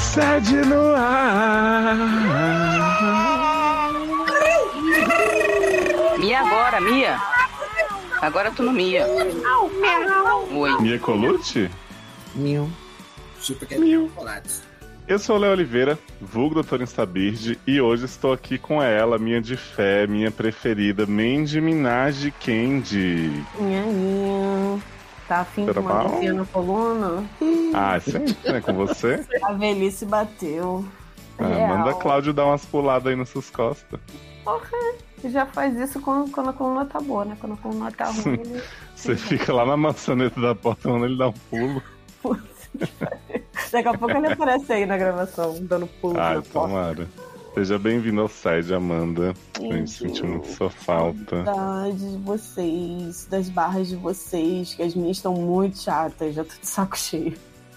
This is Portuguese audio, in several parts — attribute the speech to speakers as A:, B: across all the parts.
A: Cidade no ar.
B: Mia agora, Mia. Agora tu no Mia. Oi.
A: Mia Colucci?
C: Mil.
D: Super
A: Mil.
D: chocolates.
A: Eu sou o Léo Oliveira, vulgo Doutor Instabird, e hoje estou aqui com ela, minha de fé, minha preferida, Mandy Minaj Candy.
E: Nhanhinho. Tá afim de
A: Tudo
E: uma
A: bom?
E: no coluna?
A: Ah, sempre, né? Com você?
E: A velhice bateu.
A: Ah,
E: Real.
A: manda Cláudio dar umas puladas aí nas suas costas.
E: Já faz isso quando, quando a coluna tá boa, né? Quando a coluna tá ruim, ele...
A: Você fica lá na maçaneta da porta, quando ele dá um pulo.
E: Daqui a pouco ele aparece aí na gravação, dando pulo
A: Ah,
E: na porta.
A: tomara. Seja bem-vindo ao site, Amanda. A gente
E: Gente,
A: sentiu muito sua falta.
E: Saudades de vocês, das barras de vocês, que as minhas estão muito chatas, já tô de saco cheio.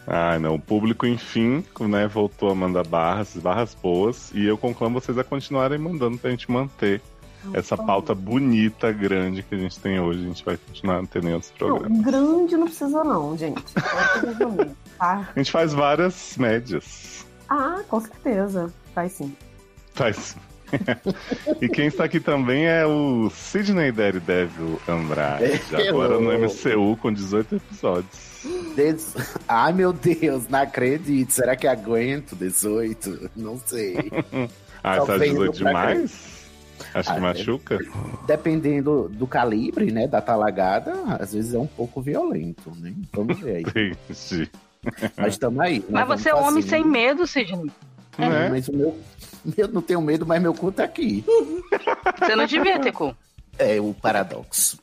A: Ah, não. O público, enfim, né, voltou a mandar barras, barras boas. E eu conclamo vocês a continuarem mandando pra gente manter essa pauta bonita, grande que a gente tem hoje. A gente vai continuar tendo em outros
E: Não,
A: programas.
E: grande não precisa não, gente. Só pra resumir, tá?
A: A gente faz várias médias.
E: Ah, com certeza. Vai sim.
A: Faz. e quem está aqui também é o Sidney Daredevil Andrade. Agora no MCU com 18 episódios.
D: Des- Ai meu Deus, não acredito. Será que aguento 18? Não sei.
A: Ah,
D: Só
A: tá
D: fez
A: 18
D: pra
A: demais? Acho
D: Ah,
A: que
D: é.
A: machuca.
D: Dependendo do calibre, né, da talagada, às vezes é um pouco violento, né? Vamos ver aí.
A: Entendi.
D: Mas estamos aí. nós
B: Mas
D: vamos
B: você é um
D: pra
B: homem
D: cima.
B: sem medo, Sidney.
D: É,
A: Né?
D: Mas o meu... Eu não tenho medo, mas meu cu tá aqui.
B: Você não devia ter cu.
D: É o paradoxo.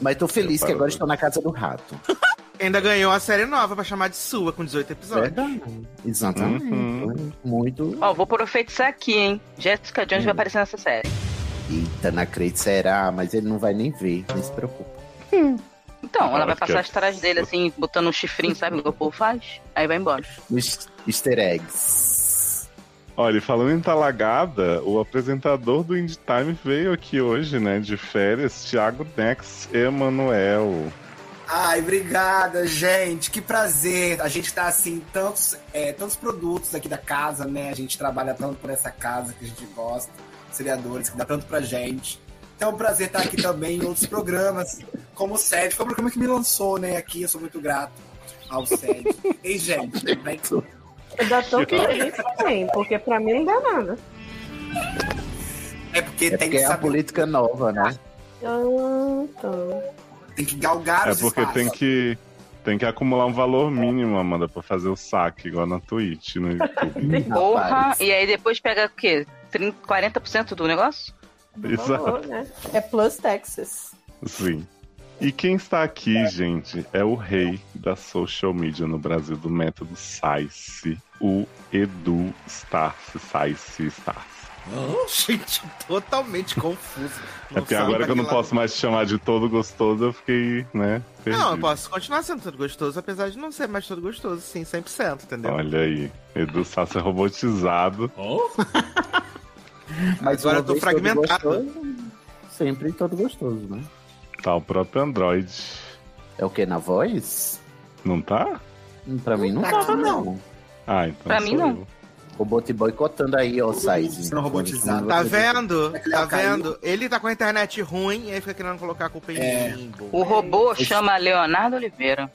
D: Mas tô feliz
A: É o
D: que agora
A: paradoxo.
D: estou na casa do rato. né?
F: Ainda ganhou uma série nova pra chamar de sua, com 18 episódios.
D: Verdade. Exatamente.
A: Uhum.
D: Muito.
B: Ó, vou profetizar aqui, hein? Jessica Jones
D: Hum.
B: vai aparecer nessa série.
D: Eita, não acredito. Será? Mas ele não vai nem ver. Não se preocupa.
B: Então, ela
A: Ah,
B: vai
A: que
B: passar atrás
A: absurdo.
B: dele, assim, botando um chifrinho, sabe? Igual o povo faz. Aí vai embora.
D: Nos Easter eggs.
A: Olha, e falando em talagada, o apresentador do Indie Time veio aqui hoje, né, de férias, Thiago Nex Emanuel.
G: Ai, obrigada, gente. Que prazer. A gente tá assim, tantos, é, tantos produtos aqui da casa, né? A gente trabalha tanto por essa casa que a gente gosta, seriadores, que dá tanto pra gente. Então é um prazer estar aqui também em outros programas, como o SED, foi o programa que me lançou, né? Aqui, eu sou muito grato ao SED. Ei, gente, né? vem-
E: Eu já tô feliz também, porque pra mim não dá nada.
G: é porque
D: É
G: tem
D: porque
G: que
D: é a
G: saber,
D: política nova, né?
E: Ah, tá.
G: tem que galgar
A: É
G: os
A: porque
G: espaços.
A: tem que, tem que acumular um valor mínimo, Amanda, pra fazer o saque, igual na Twitch, no YouTube.
B: Porra!
D: Rapaz.
B: E aí depois pega o quê? 30, 40% do negócio?
A: Exato,
E: né? É Plus Texas.
A: sim. E quem está aqui, gente, é o rei da social media no Brasil, do método Sice, o Edu Starce, Sice Starce.
F: Gente, totalmente confuso.
A: É porque
F: sabe
A: agora
F: pra
A: que eu não
F: lado-
A: posso mais te chamar de todo gostoso, eu fiquei, né?
F: Não, eu
A: perdido.
F: posso continuar sendo todo gostoso, apesar de não ser mais todo gostoso, sim, 100%, entendeu?
A: Olha aí, Edu Sassi é robotizado.
D: Mas uma
F: Agora eu tô
D: vez todo
F: fragmentado.
D: gostoso, Sempre todo gostoso, né?
A: Tá o próprio Android.
D: É o que? Na voz?
A: Não tá?
D: Hum, Pra mim não
G: Tá
D: tava,
G: aqui,
D: não.
A: Ah, então.
B: Pra mim,
A: sou
B: não.
A: eu.
D: O bot boicotando aí, ó, size.
G: Sendo robotizado.
F: Tá vendo?
G: Ele
F: Tá
G: caiu.
F: vendo? Ele tá com a internet ruim e aí fica querendo colocar a culpa em
G: É.
F: mim.
B: O robô
D: Esse-
B: chama Leonardo Oliveira.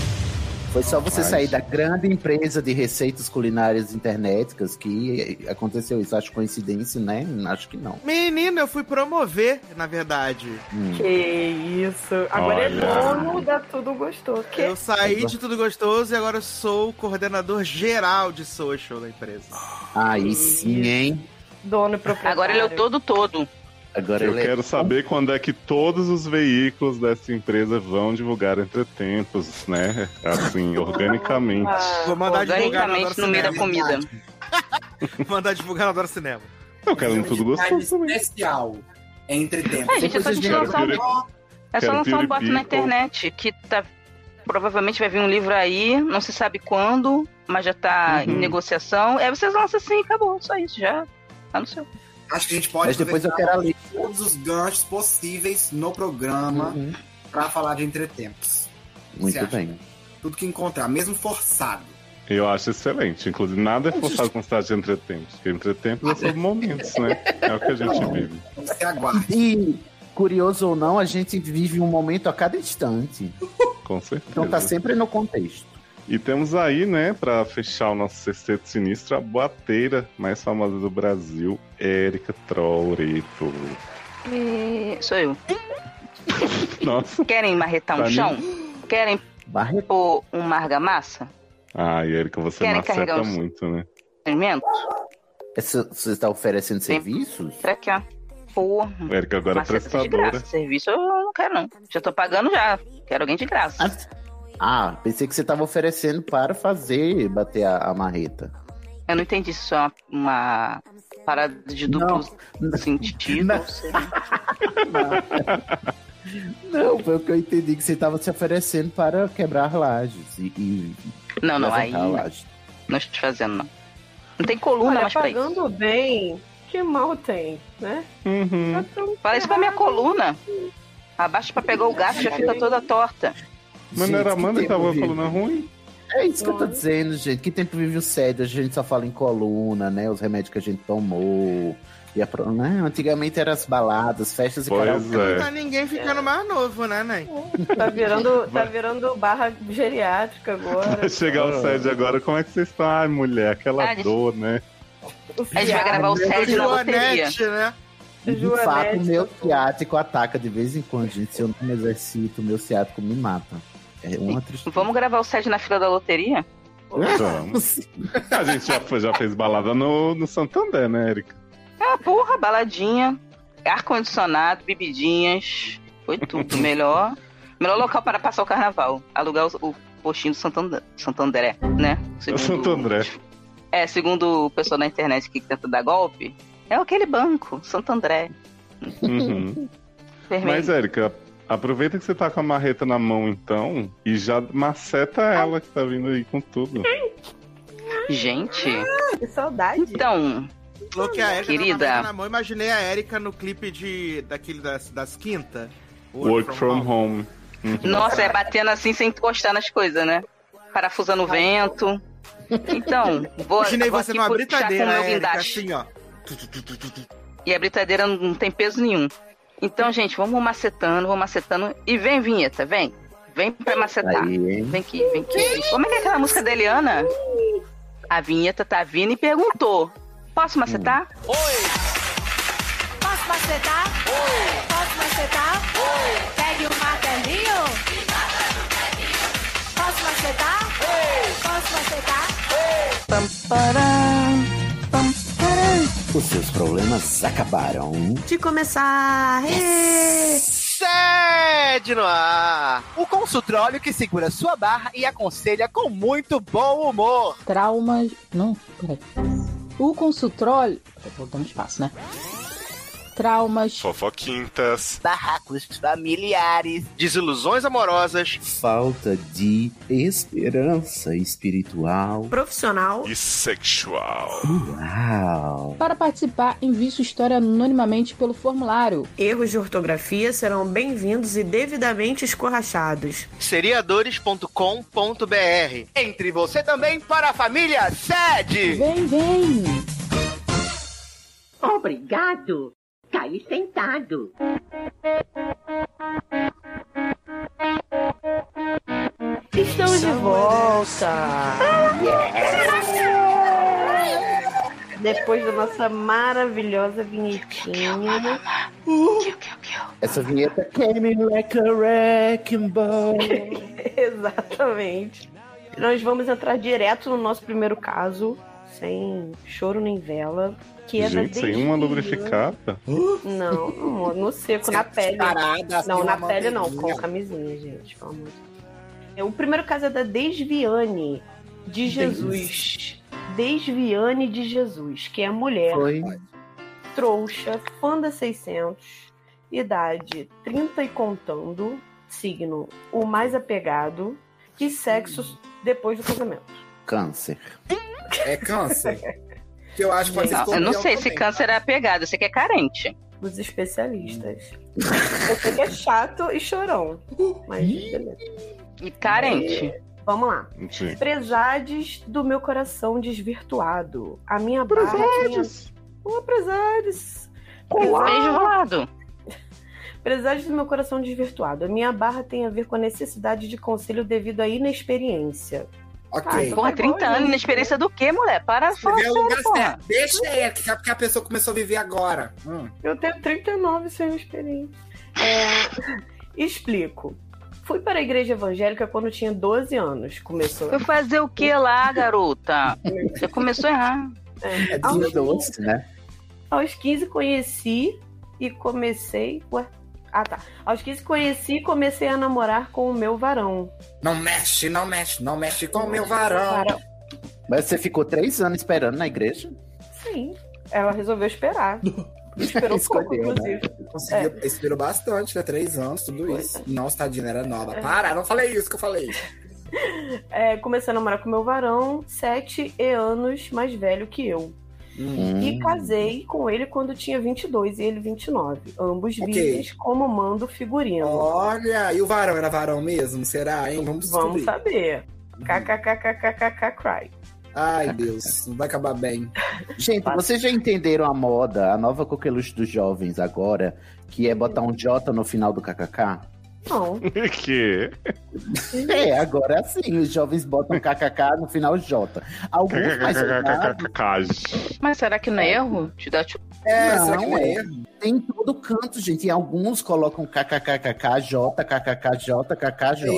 D: Foi só você
A: Rapaz.
D: sair da grande empresa de receitas culinárias internéticas que aconteceu isso. Acho coincidência, né? Acho que não.
F: Menino, eu fui promover, na verdade.
D: Hum.
E: Que isso. Agora é
A: Olha.
E: dono da Tudo Gostou. Que
F: Eu saí de Tudo Gostoso e agora eu sou o coordenador geral de social da empresa.
D: Aí sim, hein?
E: dono e proprietário.
B: Agora ele é o todo todo.
D: Agora
A: Eu
D: ele é-
A: quero saber quando é que todos os veículos dessa empresa vão divulgar entretempos, né? Assim, organicamente.
F: Vou
C: Tá,
E: Ah,
F: mandar divulgar na Adoro
B: Organicamente no meio da
F: Cinema.
B: comida.
F: Mandar divulgar na Adoro Cinema.
A: Eu quero um tudo gostoso também.
G: Especial. É entretempo.
B: É, gente, é só a gente
A: Quero
B: lançar um
A: Beauty-
B: É só
A: Quero
B: lançar um
A: Beauty
B: boato na
A: People.
B: internet que tá. Provavelmente vai vir um livro aí, não se sabe quando, mas já tá em
A: Uhum.
B: negociação. Aí vocês lançam assim, acabou, só isso, já tá no seu.
G: Acho que a gente pode
D: Mas depois eu quero a lista.
G: todos os ganchos possíveis no programa
D: Uhum.
G: pra falar de entretempos. Você
D: Muito
G: acha?
D: bem.
G: Tudo que encontrar, mesmo forçado.
A: Eu acho excelente. Inclusive, nada é forçado com cidade de entretempo. Porque entretempo é sobre momentos, né? É o que a gente vive.
G: Você aguarda.
D: E, curioso ou não, a gente vive um momento a cada instante.
A: Com certeza.
D: Então tá sempre no contexto.
A: E temos aí, né, pra fechar o nosso sexteto sinistro, a boateira mais famosa do Brasil, Érica Traureto.
B: E sou eu.
A: Nossa.
B: Querem marretar um
A: Pra mim-
B: chão? Querem
D: Barre...
B: pôr um argamassa?
A: Ai, Érica, você
B: Querem
A: maceta
B: carregar os-
A: muito, né?
B: Experimento?
D: Essa- Você tá oferecendo
B: Sim.
D: serviços?
B: Pra quê? Pô,
A: Érica agora é
B: maceta Hum. de
A: prestadora.
B: graça. Serviço eu não quero, não. Já tô pagando já. Quero alguém de graça.
D: Ah, pensei que você tava oferecendo para fazer bater a, a marreta.
B: Eu não entendi se isso é uma, uma parada de duplo sentido.
D: Não.
B: ou se- Ah,
D: Não, foi o que eu entendi, que você tava se oferecendo para quebrar lajes e, e
B: Não,
A: um
B: não, aí
D: levantar a
B: não
D: laje.
B: estou fazendo, não. Não tem coluna
C: Olha,
B: mais pra isso.
C: pagando bem, que mal tem, né?
A: Uhum.
B: Fala isso pra minha coluna. Abaixa pra pegar o gato, já fica toda torta.
A: Mas não
D: Gente,
A: era a Amanda que
D: tempo
A: tava
D: vive.
A: falando ruim?
D: É isso que eu tô dizendo, gente. Que tempo vive o sério? A gente só fala em coluna, né? Os remédios que a gente tomou. E a pro- né? Antigamente eram as baladas, festas e
A: Pois
D: karaokê.
A: é.
F: Não tá ninguém ficando mais novo, né, Ney?
C: Tá virando, tá virando barra geriátrica agora.
A: Vai chegar o sede agora, como é que vocês estão? Ai, mulher, aquela
B: Ah, a gente-
A: dor, né?
B: A gente vai gravar o sede na loteria.
F: Joanete, né?
D: E, De
C: Joanete,
D: fato, o meu
C: doutor.
D: ciático ataca de vez em quando, gente. Se eu não me exercito, o meu ciático me mata. É uma tristeza.
B: Vamos gravar o sede na fila da loteria?
A: Vamos. A gente já, foi- já fez balada no, no Santander, né, Érica?
B: Ah, porra, baladinha, ar-condicionado, bebidinhas. Foi tudo. Melhor. Melhor local para passar o carnaval. Alugar o, o postinho do Santander, Santanderé, né?
A: É o Santo André.
B: É, segundo o pessoal na internet que tenta dar golpe, é aquele banco, Santo André.
A: Uhum.
B: Vermelho.
A: Mas, é- Érica, aproveita que você tá com a marreta na mão, então, e já maceta ela que tá vindo aí com tudo.
B: Gente,
C: Que saudade.
B: então,
F: Falou que a Erika
B: Querida.
F: tava batendo na mão. Imaginei a Erika no clipe de, daquele das, das quinta.
A: Work from home. Uhum.
B: nossa, é batendo assim sem encostar nas coisas, né? Parafusando o vento. Então, vou,
F: Imaginei
B: vou
F: você
B: aqui
F: numa
B: puxar
F: britadeira,
B: com o meu
F: Erika,
B: guindaste.
F: assim, ó.
B: E a britadeira não tem peso nenhum. Então, gente, vamos macetando, vamos macetando. E vem, vinheta, vem. Vem pra macetar.
D: Aí, hein?
B: Vem aqui, vem aqui. vem aqui. Como é que é aquela música da Eliana? A vinheta tá vindo e perguntou: Posso macetar?
G: Hum.
H: Posso macetar? Oi. Posso macetar? Oi. Pegue o martelinho. Posso macetar? Oi. Posso macetar?
B: Pam, param, pam, param.
D: Os seus problemas acabaram.
H: De começar.
I: Sede no ar! O consultório que segura sua barra e aconselha com muito bom humor.
J: traumas. Não, peraí. O consultório. Voltando espaço, né? Traumas.
K: Fofoquintas.
I: Barracos familiares.
F: Desilusões amorosas.
D: Falta de esperança espiritual.
C: Profissional.
K: E sexual.
D: Uau!
J: Para participar, envie sua história anonimamente pelo formulário.
C: Erros de ortografia serão bem-vindos e devidamente escorrachados.
I: Seriadores.com.br Entre você também para a família Sede!
J: Vem, vem!
H: Obrigado. Tá aí sentado.
C: Estamos de volta! Depois da nossa maravilhosa vinhetinha.
D: Essa vinheta came in like a wrecking ball.
C: Exatamente. Nós vamos entrar direto no nosso primeiro caso, sem choro nem vela, que é da
A: Gente, sem uma
C: Desfia.
A: lubrificada.
C: Não, no, no seco, na pele.
G: Parada, assim,
C: Não, na
G: uma
C: pele não, com
G: manteiguinha.
C: camisinha, gente, pelo amor de Deus. É, O primeiro caso é da Desviane de Jesus. Desviane de Jesus, que é mulher,
D: Foi.
C: trouxa, fã da 600, idade 30 e contando, signo o mais apegado e sexo depois do casamento.
D: Câncer.
G: É câncer. Que eu acho que pode ser
B: Não, eu não
G: escorpião
B: sei se
G: também.
B: câncer é apegado, você que é carente.
C: Dos especialistas. Eu sei que é chato e chorão, mas beleza.
B: E carente.
C: Vamos lá.
A: Sim.
C: Presades do meu coração desvirtuado. A minha Presades. Ô, Presades.
B: Olá.
C: Desvirtuado. Presades do meu coração desvirtuado. A minha barra tem a ver com a necessidade de conselho devido à inexperiência.
B: Ok. Porra, 30 anos, inexperiência
C: do quê, mulher? Para de
G: Vê o lugar certo. Deixa aí, que é porque a pessoa começou a viver agora. Hum.
C: Eu tenho 39 sem experiência. É, explico. Fui para a igreja evangélica quando tinha 12 anos. Começou.
B: Foi fazer o que lá, garota? Você começou a errar.
C: É,
D: É
C: aos,
D: dia doce, né?
C: aos 15 conheci e comecei. Ué? Ah, tá. Aos 15 conheci e comecei a namorar com o meu varão.
G: Não mexe, não mexe, não mexe com o meu varão.
D: Mas você ficou três anos esperando na igreja?
C: Sim. Ela resolveu esperar. Esperou pouco,
D: Escolheu, né?
C: inclusive.
G: Conseguiu,
C: É.
G: Esperou bastante, né? Três anos, tudo isso. Nossa, tadinha, era nova.
C: É.
G: Para, não falei isso que eu falei.
C: É, comecei a namorar com meu varão, sete e anos mais velho que eu.
G: Hum.
C: E
D: Hum.
C: casei com ele quando eu tinha 22 e ele 29. Ambos
G: Ok.
C: vivos como mando figurino.
G: Olha, e o varão era varão mesmo? Será, hein? Vamos
C: Vamos
G: descobrir.
C: saber. KKKKKKK cry.
G: Ai, Deus, não vai acabar bem.
D: Gente, vocês já entenderam a moda, a nova coqueluche dos jovens agora, que é botar um J no final do kkk?
C: Não.
A: que?
C: Uhum.
D: É, agora sim, os jovens botam kkk no final J. Alguns mais ousados-
B: Mas será que não é erro? Te dá tipo.
D: não, é. Tem em todo canto, gente. E alguns colocam kkkkj, kkkj, kkj.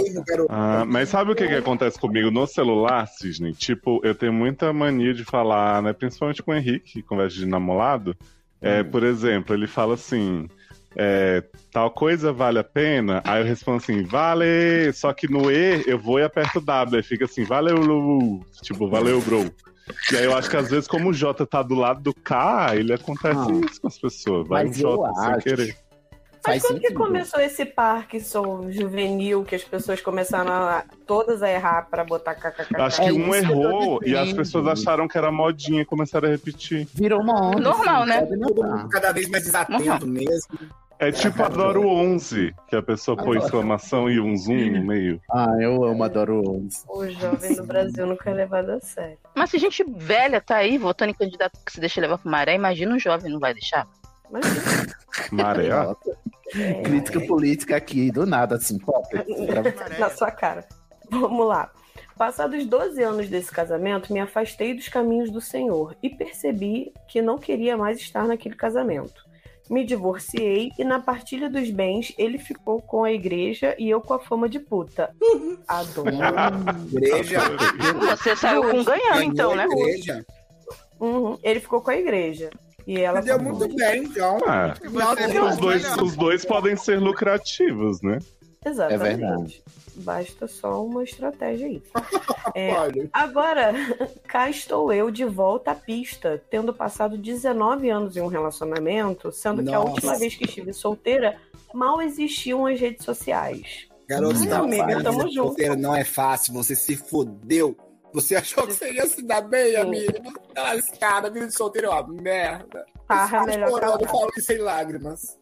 A: Ah, mas sabe o que, que acontece comigo no celular, Cisne? Tipo, eu tenho muita mania de falar, né? Principalmente com o Henrique, que conversa de namorado. É,
D: Hum.
A: Por exemplo, ele fala assim. é, tal coisa vale a pena? Aí eu respondo assim, vale! Só que no E eu vou e aperto W, aí fica assim, valeu, Lu! Tipo, valeu, bro. E aí eu acho que às vezes, como o J tá do lado do K, ele acontece
D: Ah.
A: isso com as pessoas. Vai um
D: Mas eu
A: J sem
D: acho.
A: querer.
C: Mas quando que começou esse Parkinson juvenil que as pessoas começaram a, todas a errar pra botar kkk?
A: Eu acho
D: é
A: que um errou e as pessoas acharam que era modinha e começaram a repetir.
D: Virou uma onda.
B: Normal, né?
G: Todo mundo cada vez mais desatento mesmo.
A: É tipo Adoro 11, que a pessoa põe
G: Adoro.
A: exclamação e um zoom no meio.
D: Ah, eu amo Adoro 11.
C: O jovem do Brasil nunca é levado a sério.
B: Mas se gente velha tá aí votando em candidato que se deixa levar pra maré, imagina um jovem, não vai deixar?
A: Maré, ó.
C: É.
D: Crítica política aqui, do nada, assim, pop.
C: É. Na sua cara. Vamos lá. Passados 12 anos desse casamento, me afastei dos caminhos do Senhor e percebi que não queria mais estar naquele casamento. Me divorciei e na partilha dos bens ele ficou com a igreja e eu com a fama de puta. Adoro.
D: é
G: Igreja.
B: Você saiu com
C: É,
B: ganhando, então, né?
G: Igreja.
C: Uhum, Ele ficou com a igreja. E ela
G: Deu
C: com a
G: muito bem, então.
A: Ah,
F: é
G: Nossa,
F: tá
A: os, dois,
G: olha.
A: os dois podem ser lucrativos, né?
C: Exatamente.
A: É verdade.
C: Basta só uma estratégia aí. É, agora, cá estou eu de volta à pista, tendo passado 19 anos em um relacionamento, sendo que a
G: Nossa.
C: última vez que estive solteira, mal existiam as redes sociais.
G: Garoto,
C: Ai,
G: não,
C: amiga,
G: fácil.
C: tamo
G: Ser
C: junto.
G: solteiro não é fácil, você se fodeu. Você achou que você ia se dar bem, amiga? Você tá lascada, vida de solteiro é uma merda.
C: Ah,
G: Você tá
C: melhor
G: chorando,
C: acabar.
G: falando sem lágrimas.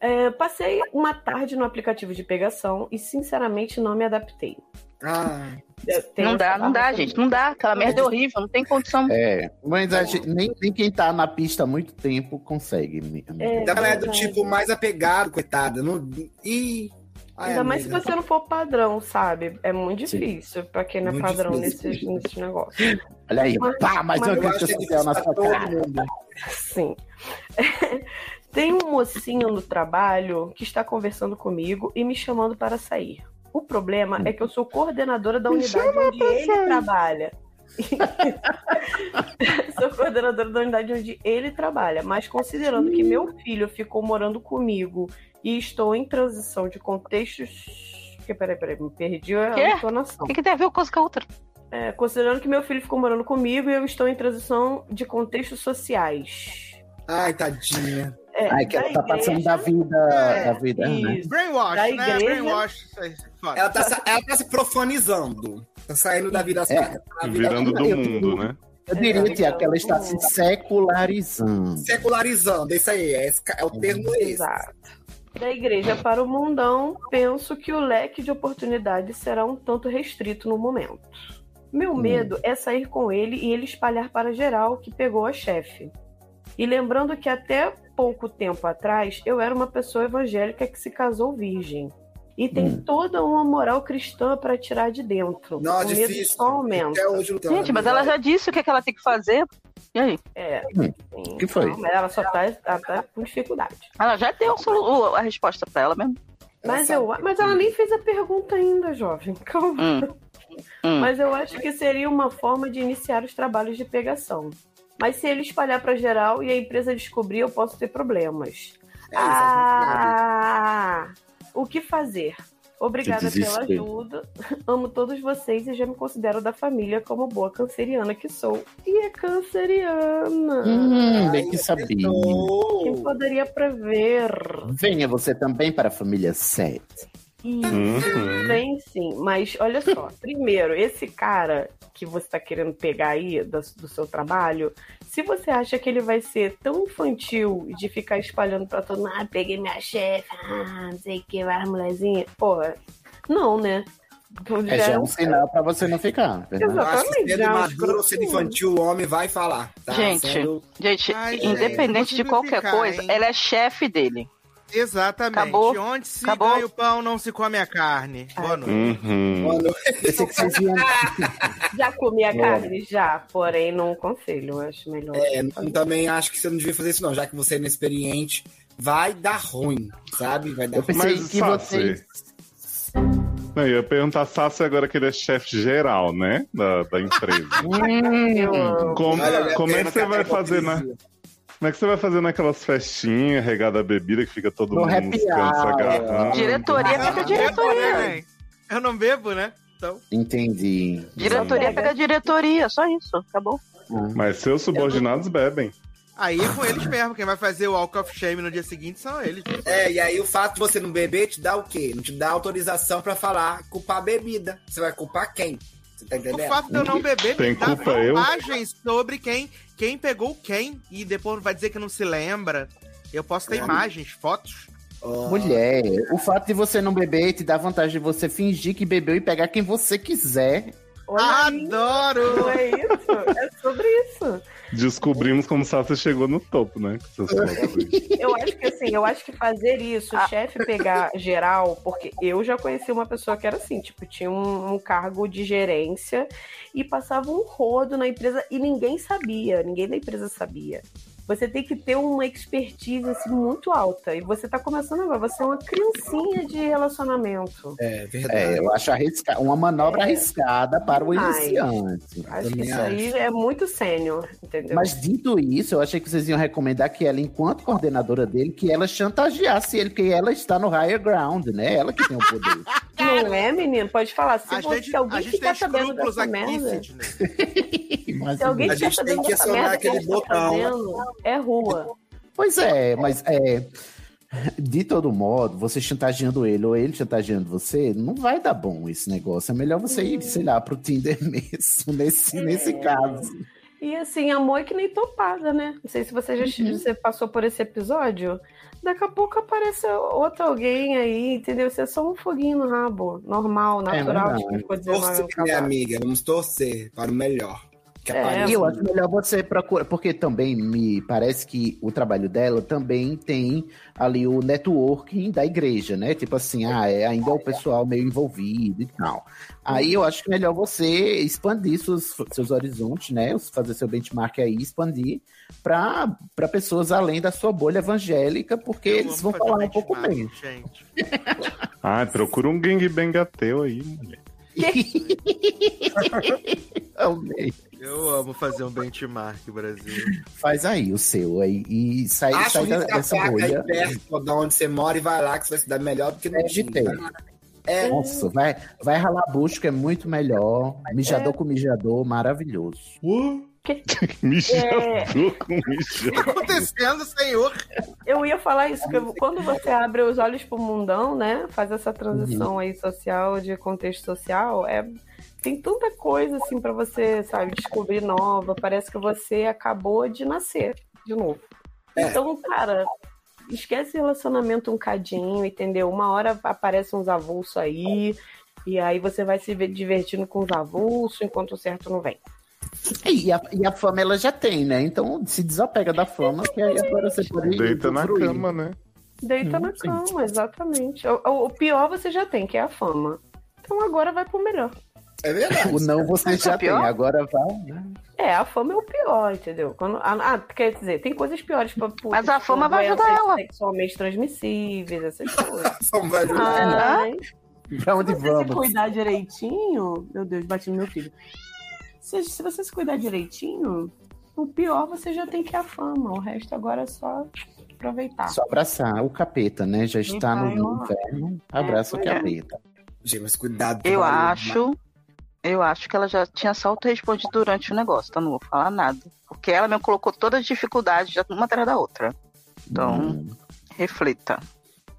C: É, passei uma tarde no aplicativo de pegação e, sinceramente, não me adaptei.
G: Ah.
C: Eu tenho
B: Não dá,
C: essa
B: não dá,
C: barra
B: gente. Não dá. Aquela merda é horrível, não tem condição.
D: É, mas a gente- nem, nem quem tá na pista há muito tempo consegue. mi- amiga.
G: Então ela é do tipo mais apegado, coitada. Não... Ih. Ai,
C: Ainda mais se
G: amiga.
C: você não for padrão, sabe? É muito difícil pra quem não é
G: Muito
C: padrão
G: difícil.
C: nesse, nesse negócio.
D: Olha aí,
C: Mas-
D: pá, mais
C: mas
D: uma
C: eu
D: crítica
C: acho que
D: social na sua
C: todo
D: cara.
C: Sim. Tem um mocinho no trabalho que está conversando comigo e me chamando para sair. O problema é que eu sou coordenadora da
H: Me
C: unidade
H: chama
C: onde
H: pra
C: ele
H: sair.
C: trabalha. sou coordenadora da unidade onde ele trabalha, mas considerando que meu filho ficou morando comigo e estou em transição de contextos. Que, Peraí, peraí, me perdi a
B: Quê?
C: entonação.
B: O que, que tem a ver uma coisa com a outra?
C: É, considerando que meu filho ficou morando comigo e eu estou em transição de contextos sociais.
G: Ai, tadinha.
C: É,
D: Ai, que ela tá
C: da é,
D: passando da vida. da vida né?
C: isso.
F: Brainwash,
C: Da
F: né?
C: igreja.
F: Brainwash. isso aí, foda.
G: Ela tá, sa- ela tá se profanizando. Tá saindo da
C: É,
G: vida tá certa.
C: tá
G: pra vida-
A: Virando do mundo, né?
D: Eu diria, Tiago, que ela está se secularizando.
G: Secularizando, é isso aí. É, esse ca- é o termo esse.
C: Da igreja para o mundão, penso que o leque de oportunidades será um tanto restrito no momento.
D: Hum.
C: Meu medo é sair com ele e ele espalhar para geral que pegou a chefe. E lembrando que até pouco tempo atrás eu era uma pessoa evangélica que se casou virgem. E tem
D: Hum.
C: toda uma moral cristã para tirar de dentro.
G: Não,
C: o medo
G: difícil.
C: só aumenta.
G: Até hoje não tem uma
B: Gente, mas ela já disse o que, é que ela tem que fazer. E aí?
C: É. O
D: Hum. que foi?
C: Ela só tá, ela tá com dificuldade.
B: Ela já deu a solu- o- a resposta pra ela mesmo.
C: Mas, eu, mas
G: hum. é
C: ela nem fez a pergunta ainda, jovem. Calma.
B: Hum.
C: Mas eu acho que seria uma forma de iniciar os trabalhos de pegação. Mas se ele espalhar para geral e a empresa descobrir, eu posso ter problemas.
G: É,
C: ah, o que fazer? Obrigada
H: Que
C: pela
H: desespero.
C: ajuda. Amo todos vocês e já me considero da família como boa canceriana que sou. E é canceriana.
D: Hum, bem que sabia.
C: Quem poderia prever?
D: Venha você também para a família 7. Uhum.
C: Bem, sim, mas olha só. Primeiro, esse cara que você tá querendo pegar aí do, do seu trabalho, se você acha que ele vai ser tão infantil de ficar espalhando pra todo mundo, ah, peguei minha chefe, ah, não sei o que, vai, mulherzinha, porra, não, né?
D: É já é um sinal para você não ficar. né?
G: Eu
D: Verdade?
G: acho que
C: Exatamente,
G: sendo
C: já,
G: maduro ou sendo infantil, o homem vai falar. tá?
B: gente,
G: Sendo-
B: gente,
G: Ai, gente,
B: independente de
G: vou
B: qualquer
G: ficar,
B: coisa,
G: hein?
B: ela é chefe dele.
F: Exatamente.
B: Acabou.
F: Onde se
B: Acabou.
F: ganha o pão, não se come a carne. Boa noite.
A: Uhum.
D: Esse que vocês iam- um
C: Já comi a
G: É.
C: carne? Já, porém não conselho, acho melhor.
G: É, eu também acho que você não devia fazer isso, não, já que você é inexperiente. Vai dar ruim, sabe? Vai dar
D: Eu pensei
G: ruim.
D: que vocês-
A: Não, eu ia perguntar Sassi agora que ele é chefe geral, né? Da, da empresa.
C: Eu
D: Hum.
C: amo.
A: Como,
G: Olha, tá
A: como é
G: pena
A: que
G: que
A: você
G: a
A: vai fazer
D: né?
A: na. Como é que você vai fazer naquelas festinhas regada a bebida que fica todo
D: No
A: mundo
D: happy
A: se
D: hour.
A: agarrando?
B: Diretoria pega
F: Eu não bebo, Ah, né,
B: diretoria.
F: véi? Eu não bebo, né? Então.
D: Entendi.
B: Diretoria pega diretoria, só isso, acabou.
A: Mas seus subordinados bebem.
F: Aí é com eles mesmo. Quem vai fazer o Walk of Shame no dia seguinte são eles.
G: É, e aí o fato de você não beber te dá o quê? Não te dá autorização pra falar, culpar a bebida. Você vai culpar quem? Você tá
F: O
G: entendendo?
F: fato de eu não beber
A: Tem
F: me dá
A: culpa eu?
F: imagens sobre quem, quem pegou quem e depois vai dizer que não se lembra. Eu posso ter imagens, fotos.
D: Mulher, o fato de você não beber te dá vontade de você fingir que bebeu e pegar quem você quiser.
F: Adoro!
C: É isso, é sobre isso.
A: Descobrimos como Sassi chegou no topo, né? Com seus fotos.
C: Eu acho que assim, eu acho que fazer isso, o chefe pegar geral, porque eu já conheci uma pessoa que era assim, tipo, tinha um, um cargo de gerência e passava um rodo na empresa e ninguém sabia, ninguém da empresa sabia. Você tem que ter uma expertise assim, muito alta. E você tá começando agora, você é uma criancinha de relacionamento.
G: É, verdade.
D: É, eu acho arrisca... uma manobra arriscada para o
C: É. Ai,
D: iniciante.
C: Acho que isso aí é muito sênior, entendeu?
D: Mas dito isso, eu achei que vocês iam recomendar que ela, enquanto coordenadora dele, que ela chantageasse ele, porque ela está no higher ground, né? Ela que tem o poder.
C: Não é, menino? Pode falar. Se,
F: A
C: você-
F: gente-
C: se
F: a
C: alguém
F: gente
C: ficar
F: tem
C: sabendo
F: escrúpulos
C: dessa
F: aqui,
C: merda...
F: Sidney.
D: Mais
C: Se
D: ou
C: alguém
D: menos.
C: ficar sabendo dessa merda que eles estão fazendo, é rua.
D: Pois é, mas é. De todo modo, você chantageando ele ou ele chantageando você, não vai dar bom esse negócio. É melhor você ir, sei lá, pro Tinder mesmo, nesse, nesse caso.
C: E assim, amor é que nem topada, né? Não sei se você já você passou por esse episódio. Daqui a pouco aparece outro alguém aí, entendeu? Você é só um foguinho no rabo. Normal, natural,
G: verdade.
C: tipo, ficou 19
G: Torcer,
C: anos
G: minha
C: casado.
G: amiga, vamos torcer para o melhor. Que apareça.
D: É, E eu acho melhor você procurar, porque também me parece que o trabalho dela também tem ali o networking da igreja, né? Tipo assim, ah, é, ainda é o pessoal meio envolvido e tal. Aí eu acho que melhor você expandir seus, seus horizontes, né? Fazer seu benchmark aí, expandir para pessoas além da sua bolha evangélica, porque eles vão falar um pouco menos.
F: Gente.
A: Ah, procura um gangbang ateu aí, mulher.
D: Amei.
F: Eu amo fazer um benchmark, Brasil.
D: Faz aí o seu aí e sai,
G: Acha
D: sai
G: um
D: da-
G: risca-faca
D: dessa
G: aí
D: bolha.
G: perto de onde você mora e vai lá que você vai se dar melhor do que no
D: Acreditei.
G: Tinder. É.
D: Nossa, vai, vai ralar bucho que é muito melhor. Mijador com mijador, maravilhoso.
A: Mijador com
F: O que
A: mijador.
F: tá acontecendo, senhor?
C: Eu ia falar isso, que eu- quando você abre os olhos pro mundão, né? Faz essa transição aí social, de contexto social, é tem tanta coisa assim pra você, sabe, descobrir nova. Parece que você acabou de nascer de novo. Então, cara, esquece relacionamento um cadinho, entendeu? Uma hora aparece uns avulsos aí, e aí você vai se ver divertindo com os avulsos enquanto o certo não vem.
D: E a, e a fama ela já tem, né? Então se desapega da fama, que aí agora você pode.
A: Deita na
D: usufruir.
A: cama, né?
C: Deita na cama, exatamente. O, o- o pior você já tem, que é a fama. Então agora vai pro melhor.
G: É verdade.
D: O não você já tem, agora vai. né?
C: É, a fama é o pior, entendeu? Quando, ah, ah, quer dizer, tem coisas piores pra pra-
B: Mas a fama
C: tipo,
B: vai ajudar
C: doenças
B: ela.
C: Sexualmente transmissíveis, essas coisas.
G: Não vai
C: Ah,
D: Pra onde
E: você se cuidar direitinho, meu Deus, bati no meu filho. Se, se você se cuidar direitinho, o pior você já tem que é a fama. O resto agora é só aproveitar.
D: Só abraçar o capeta, né? Já está no
E: Então,
D: no inverno, abraça o
B: pois é.
D: capeta.
G: Gente, mas cuidado.
B: Eu acho. Eu acho que ela já tinha só auto-respondido durante o negócio, então não vou falar nada. Porque ela mesmo colocou todas as dificuldades já uma atrás da outra. Então,
D: Hum.
B: reflita.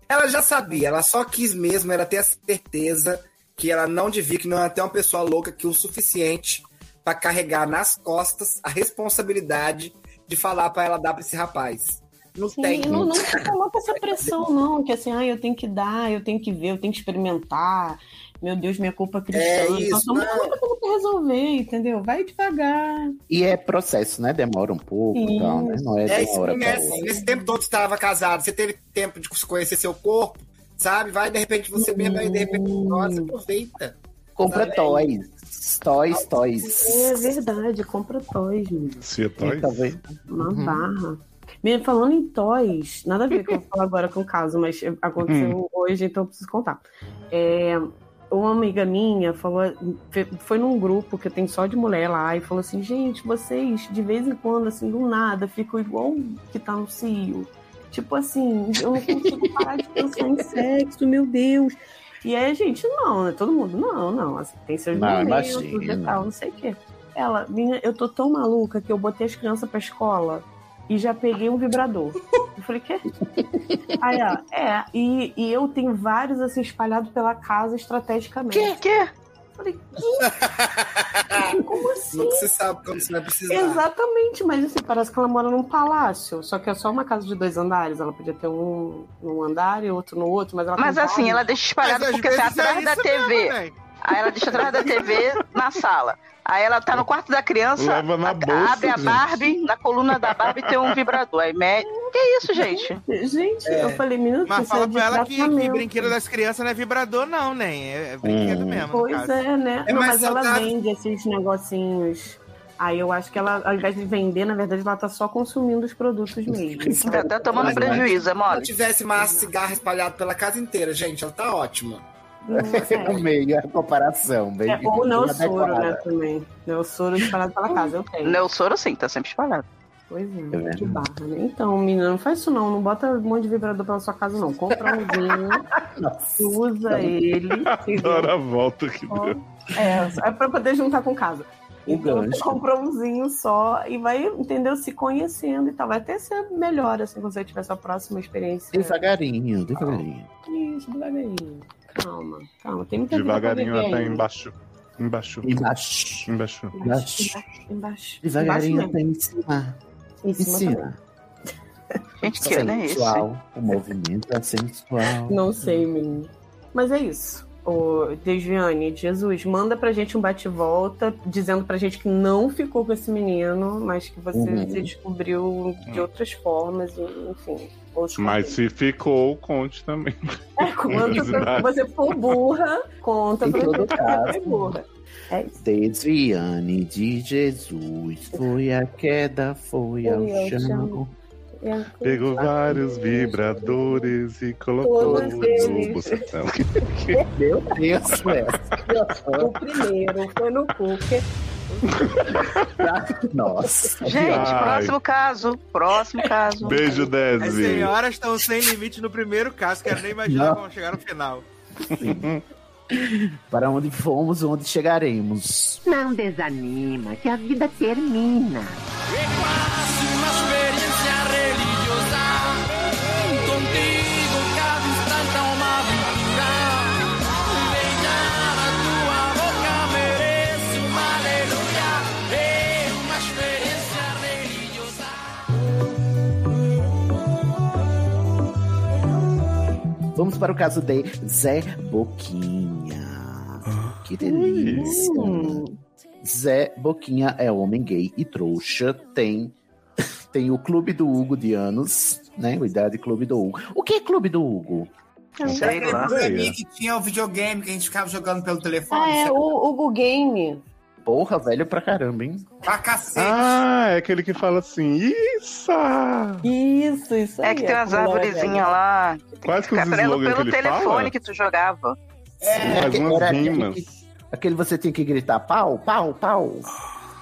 G: Ela já sabia, ela só quis mesmo era ter a certeza que ela não devia, que não era ter uma pessoa louca que o suficiente pra carregar nas costas a responsabilidade de falar pra ela dar pra esse rapaz. Não tem.
E: Sim, não, não se coloca essa pressão, não. Que assim, ah, eu tenho que dar, eu tenho que ver, eu tenho que experimentar. Meu Deus, minha culpa é cristã.
G: É
E: então,
G: isso,
E: não
G: né?
E: tem muita coisa pra resolver, entendeu? Vai devagar.
D: E é processo, né? Demora um pouco e tal, né? Não é
G: É,
D: de
G: esse,
D: uma hora pra
G: nesse,
D: outra.
G: nesse tempo todo que você estava casado, você teve tempo de conhecer seu corpo, sabe? Vai, de repente, você mesmo, aí, de repente, nossa, aproveita.
D: Compra
G: Sabe?
D: toys. Toys, toys.
E: É verdade, compra toys, meu.
A: Se é
D: E talvez.
E: Uma barra. Menina, falando em toys, nada a ver com o que eu vou falar agora com o caso, mas aconteceu hoje, então eu preciso contar. É, uma amiga minha falou, fe- foi num grupo que eu tenho só de mulher lá e falou assim: gente, vocês de vez em quando, assim, do nada, ficam igual o que tá no cio. Tipo assim, eu não consigo parar de pensar em sexo, meu Deus. E aí, gente, não, né? Todo mundo, não, não. assim, tem seus
D: Não,
E: momentos e
D: imagina.
E: tal, não sei o quê. Ela, minha, eu tô tão maluca que eu botei as crianças pra escola e já peguei um vibrador. Eu falei, quê? Aí ela, é, e, e eu tenho vários assim espalhados pela casa estrategicamente.
B: Que? Que?
E: Falei, "Quê? Como assim?
G: Nunca se sabe quando você vai precisar.
E: Exatamente, mas assim, parece que ela mora num palácio. Só que é só uma casa de dois andares. Ela podia ter um num andar e outro no outro, mas ela
B: Mas
E: tem
B: assim,
E: vários.
B: ela deixa espalhado
F: Mas às
B: porque tá
F: vezes é
B: atrás da
F: isso
B: TV.
F: mesmo, né? véi.
B: Aí ela deixa atrás da TV na sala. Aí ela tá no quarto da criança,
A: Leva na
B: a-
A: bolsa,
B: abre a
A: gente.
B: Barbie, na coluna da Barbie tem um vibrador. Aí mede. Que isso, gente?
E: Gente, eu falei, menino,
F: Mas
E: isso é
F: fala pra ela que, que
E: tratamento."
F: brinquedo das crianças não é vibrador, não, né? É, é brinquedo
D: Hum.
F: mesmo. no
E: Pois
F: caso.
E: é, né?
G: É
E: Não,
G: mais
E: mas ela
G: saudável.
E: vende esses negocinhos. Aí eu acho que ela, ao invés de vender, na verdade, ela tá só consumindo os produtos mesmo.
B: Tá, tá tomando
G: Mas-
B: prejuízo, é
G: Se não
B: mole.
G: tivesse massa de cigarro espalhado pela casa inteira, gente, ela tá ótima.
D: Eu
E: Não,
D: É um meio a comparação, bem.
E: é. É, ou não soro,
D: inadequada.
E: né, também. Não soro espalhado pela casa, eu tenho.
B: Meu soro sim, tá sempre espalhado.
E: Pois
D: É
E: é,
D: verdade.
E: que barra, né? Então, menina, não faz isso não. Não bota um monte de vibrador pela sua casa, não. Compra umzinho,
D: Nossa.
E: usa ele. entendeu?
A: Adoro a volta que deu.
E: É, é pra poder juntar com casa.
D: O
E: Então
D: gancho.
E: você compra umzinho só e vai, entendeu? Se conhecendo e tal. Vai até ser melhor, assim, quando você tiver sua próxima experiência. É
D: Devagarinho, devagarinho.
E: Isso, devagarinho. Calma, calma. Tem muita vida pra
A: Devagarinho
E: viver
A: até
E: ainda.
A: embaixo. Embaixo.
D: Embaixo.
A: Embaixo.
E: Embaixo, embaixo, embaixo.
D: Devagarinho
E: Embaixo
D: até em cima.
E: mesmo. Em
D: Em
E: cima também.
D: cima.
B: Gente,
D: Assim,
B: que ano é esse?
D: Sensual. O movimento é sensual.
E: né, Não sei,
D: Uhum.
E: menino. Mas é isso. Ô, Desviane, Jesus, manda pra gente um bate-volta dizendo pra gente que não ficou com esse menino, mas que você
D: Uhum.
E: se descobriu de outras formas, e, enfim. outros
A: Mas
E: caminhos.
A: se ficou, conte também.
E: É, conta pra,
A: Curiosidade.
E: você for burra, conta
D: Em
E: pra
D: todo
E: gente que
D: caso.
E: foi burra. É isso.
D: Desviane de Jesus, foi a queda, foi,
E: Foi
D: ao
E: ao
D: chão.
E: chão. É.
A: Pegou vários vibradores e colocou
E: Todos eles.
A: no tá bocetão.
D: Meu Deus,
E: O primeiro foi no cooker.
D: é. Nossa.
B: Gente,
A: Ai.
B: próximo caso. Próximo caso.
A: Beijo,
F: As
A: Desi.
F: senhoras estão sem limite no primeiro caso, quero nem imaginar
D: é. Não.
F: como chegar no final.
D: Para onde fomos, onde chegaremos.
L: Não desanima, que a vida é. termina.
D: vamos para o caso de Zé Boquinha.
A: Ah,
D: Que delícia. Zé Boquinha é homem gay e trouxa, tem tem o Clube do Hugo de anos, né? O Idade Clube do Hugo. O que é Clube do Hugo?
G: Sei lá. que tinha o videogame que a gente ficava jogando pelo telefone.
E: Ah, é
G: sei
E: o
G: lá.
E: Hugo Game.
D: Porra, velho pra caramba, hein?
G: Pra cacete.
A: Ah, é aquele que fala assim, isso!
E: Isso, isso
B: É que tem umas arvorezinhas lá.
A: Quase que é os
B: Ficar pelo,
A: slogans que
B: pelo
A: ele
B: telefone
A: fala.
B: que tu jogava.
D: É,
A: faz umas
D: aquele,
A: rimas.
D: que- aquele você tinha que gritar pau, pau, pau.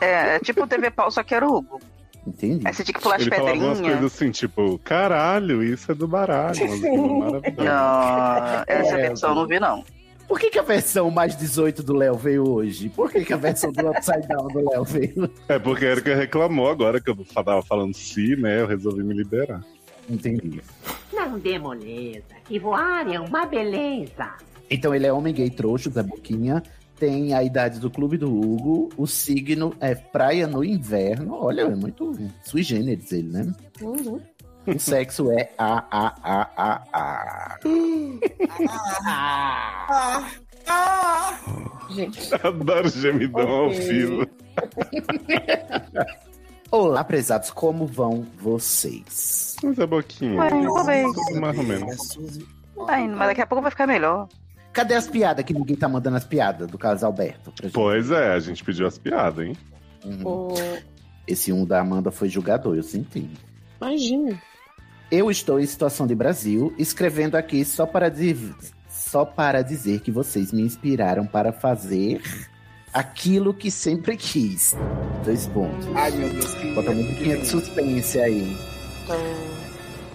B: É, é tipo o TV Pau, só que era o Hugo.
D: Entendi.
B: Aí você tinha que pular as
A: Ele fala algumas
B: pedrinhas.
A: coisas assim, tipo, caralho, isso é do baralho. umas
B: Sim.
A: coisas maravilhosas.
B: Não, essa versão eu não vi, não.
D: Por que, que a versão mais 18 do Léo veio hoje? Por que, que a versão do Upside Down do Léo veio?
A: É porque a Erika reclamou agora que eu tava falando si, né? Eu resolvi me liberar.
D: Entendi.
L: Não dê moleza, que voar é uma beleza.
D: Então ele é homem gay trouxa, da boquinha. Tem a idade do clube do Hugo. O signo é praia no inverno. Olha, é muito sui generis ele, né? O sexo é AAAAA.
H: Ah, ah. Gente.
A: Adoro gemidão ao
H: Ok.
A: vivo.
D: Olá, prezados, como vão vocês?
A: Mas a boquinha.
B: Ué, uma vez.
A: Tudo mais ou menos.
B: Ai, mas daqui a pouco vai ficar melhor.
D: Cadê as piadas que ninguém tá mandando as piadas do Carlos Alberto? pra gente?
A: Pois é, a gente pediu as piadas, hein?
D: Esse um da Amanda foi julgador, eu senti.
E: Imagina.
D: Eu estou em situação de Brasil, escrevendo aqui só para, div- só para dizer que vocês me inspiraram para fazer aquilo que sempre quis. Dois pontos.
G: Ai, meu Deus, que
D: Bota um pouquinho de suspense aí.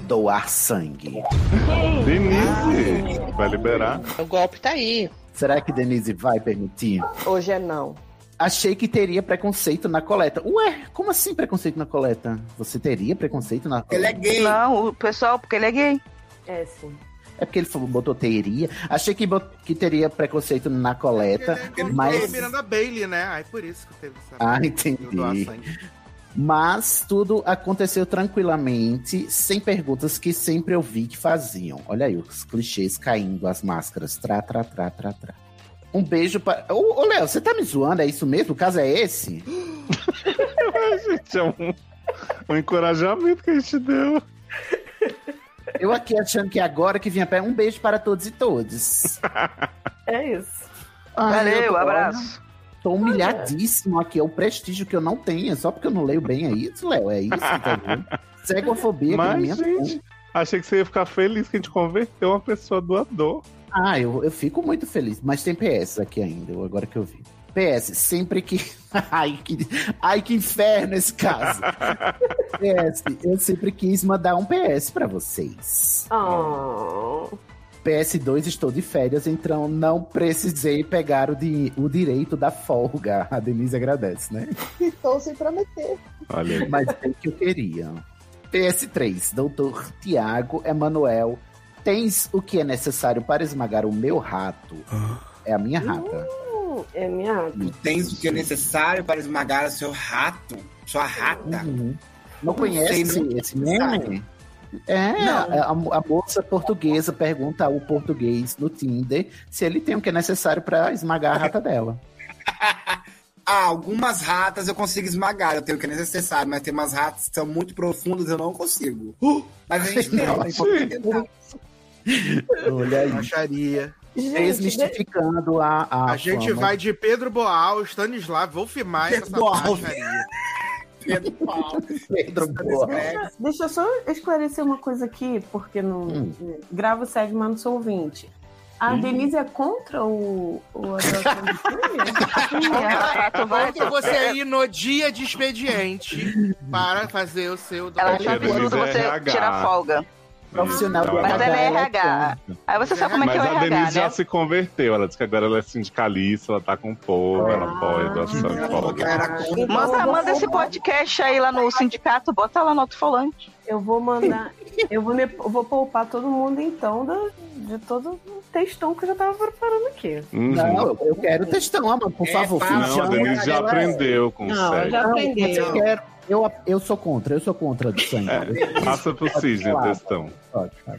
D: Doar sangue.
A: Denise, vai liberar.
E: O golpe tá aí.
D: Será que Denise vai permitir?
E: Hoje é não.
D: Achei que teria preconceito na coleta. Ué, como assim preconceito na coleta? Você teria preconceito na coleta?
G: é
B: Não, o pessoal, porque ele é gay.
E: É, sim.
D: É porque ele falou, botou teria. Achei que, bot- que teria preconceito na coleta,
F: Ele é
D: mas.
F: Miranda Bailey, né? Aí por isso que teve
D: tá
F: essa.
D: Ah, entendi.
F: Eu doar sangue.
D: Mas tudo aconteceu tranquilamente, sem perguntas que sempre eu vi que faziam. Olha aí, os clichês caindo, as máscaras. Trá, trá, trá, trá, trá. Um beijo para. Ô, ô, Léo, você tá me zoando? É isso mesmo? O caso é esse?
A: gente, é um, um encorajamento que a gente deu.
D: Eu aqui achando que agora que vinha pé, um beijo para todos e todas.
E: É isso.
D: Ai, eu
B: Valeu,
D: tô-
B: abraço.
D: Tô humilhadíssimo aqui, é o prestígio que eu não tenho, é só porque eu não leio bem, é isso, Léo? É isso, entendeu? Cegofobia aqui na minha
A: Mas, gente, achei que você ia ficar feliz que a gente converteu uma pessoa doador.
D: Ah, eu, eu fico muito feliz. Mas tem PS aqui ainda, eu- agora que eu vi. PS, sempre que. Ai, que, Ai, que inferno esse caso! PS, eu sempre quis mandar um PS pra vocês.
E: Oh,
D: PS2, estou de férias, então não precisei pegar o, di- o direito da folga. A Denise agradece, né?
M: Estou sem prometer.
A: Olha
D: Mas é o que eu queria. PS3, doutor Tiago Emanuel, tens o que é necessário para esmagar o meu rato? É a minha rata.
E: Hum, é minha.
G: Tu tens o que é necessário para esmagar o seu rato, sua rata.
D: Não conhece
G: sei,
D: esse,
G: não.
D: esse meme? É, a, a moça portuguesa pergunta ao português no Tinder se ele tem o que é necessário para esmagar a rata dela.
G: Ah, algumas ratas eu consigo esmagar, eu tenho o que é necessário, mas tem umas ratas que são muito profundas eu não consigo. Uh, mas a gente tenta, tem como tentar.
D: Olha aí.
F: Baixaria.
D: Desmistificando a, a.
F: A gente
D: Ah, fama.
F: vai de Pedro Boal, Stanislav, vou firmar essa
D: Pedro Boal.
F: baixaria.
D: Pedro Boal.
E: Deixa eu só esclarecer uma coisa aqui, porque não. Gravo segue, mano, sou ouvinte. A
B: Hum.
E: Denise é contra o. o adoção do filme?
F: Conta você aí no dia de expediente para fazer o seu
B: Ela achou absurdo você tirar folga.
D: Profissional
A: do
B: é Mas ela é
D: RH.
B: RH. Aí você sabe como é
A: Mas
B: que é o
A: a Denise assim.
B: RH,
A: já
B: né?
A: se converteu. Ela disse que agora ela é sindicalista, ela tá com o povo, ela apoia a doação de folga.
G: um
B: Manda, manda esse podcast aí lá no sindicato, bota lá no alto-falante.
E: Eu vou mandar. Eu vou, me- eu vou poupar todo mundo então da- de todo o textão que eu já tava preparando aqui.
D: Não, eu, eu quero textão, amor, por
E: É,
D: favor.
E: fala,
D: ficha.
A: Não, Uhum. a Denise já aprendeu com o
E: Não,
A: Sérgio.
E: já aprendeu.
D: Eu, quero- eu, eu sou contra, eu sou contra do sangue.
A: É, passa pro Cisne,
D: Claro.
A: textão.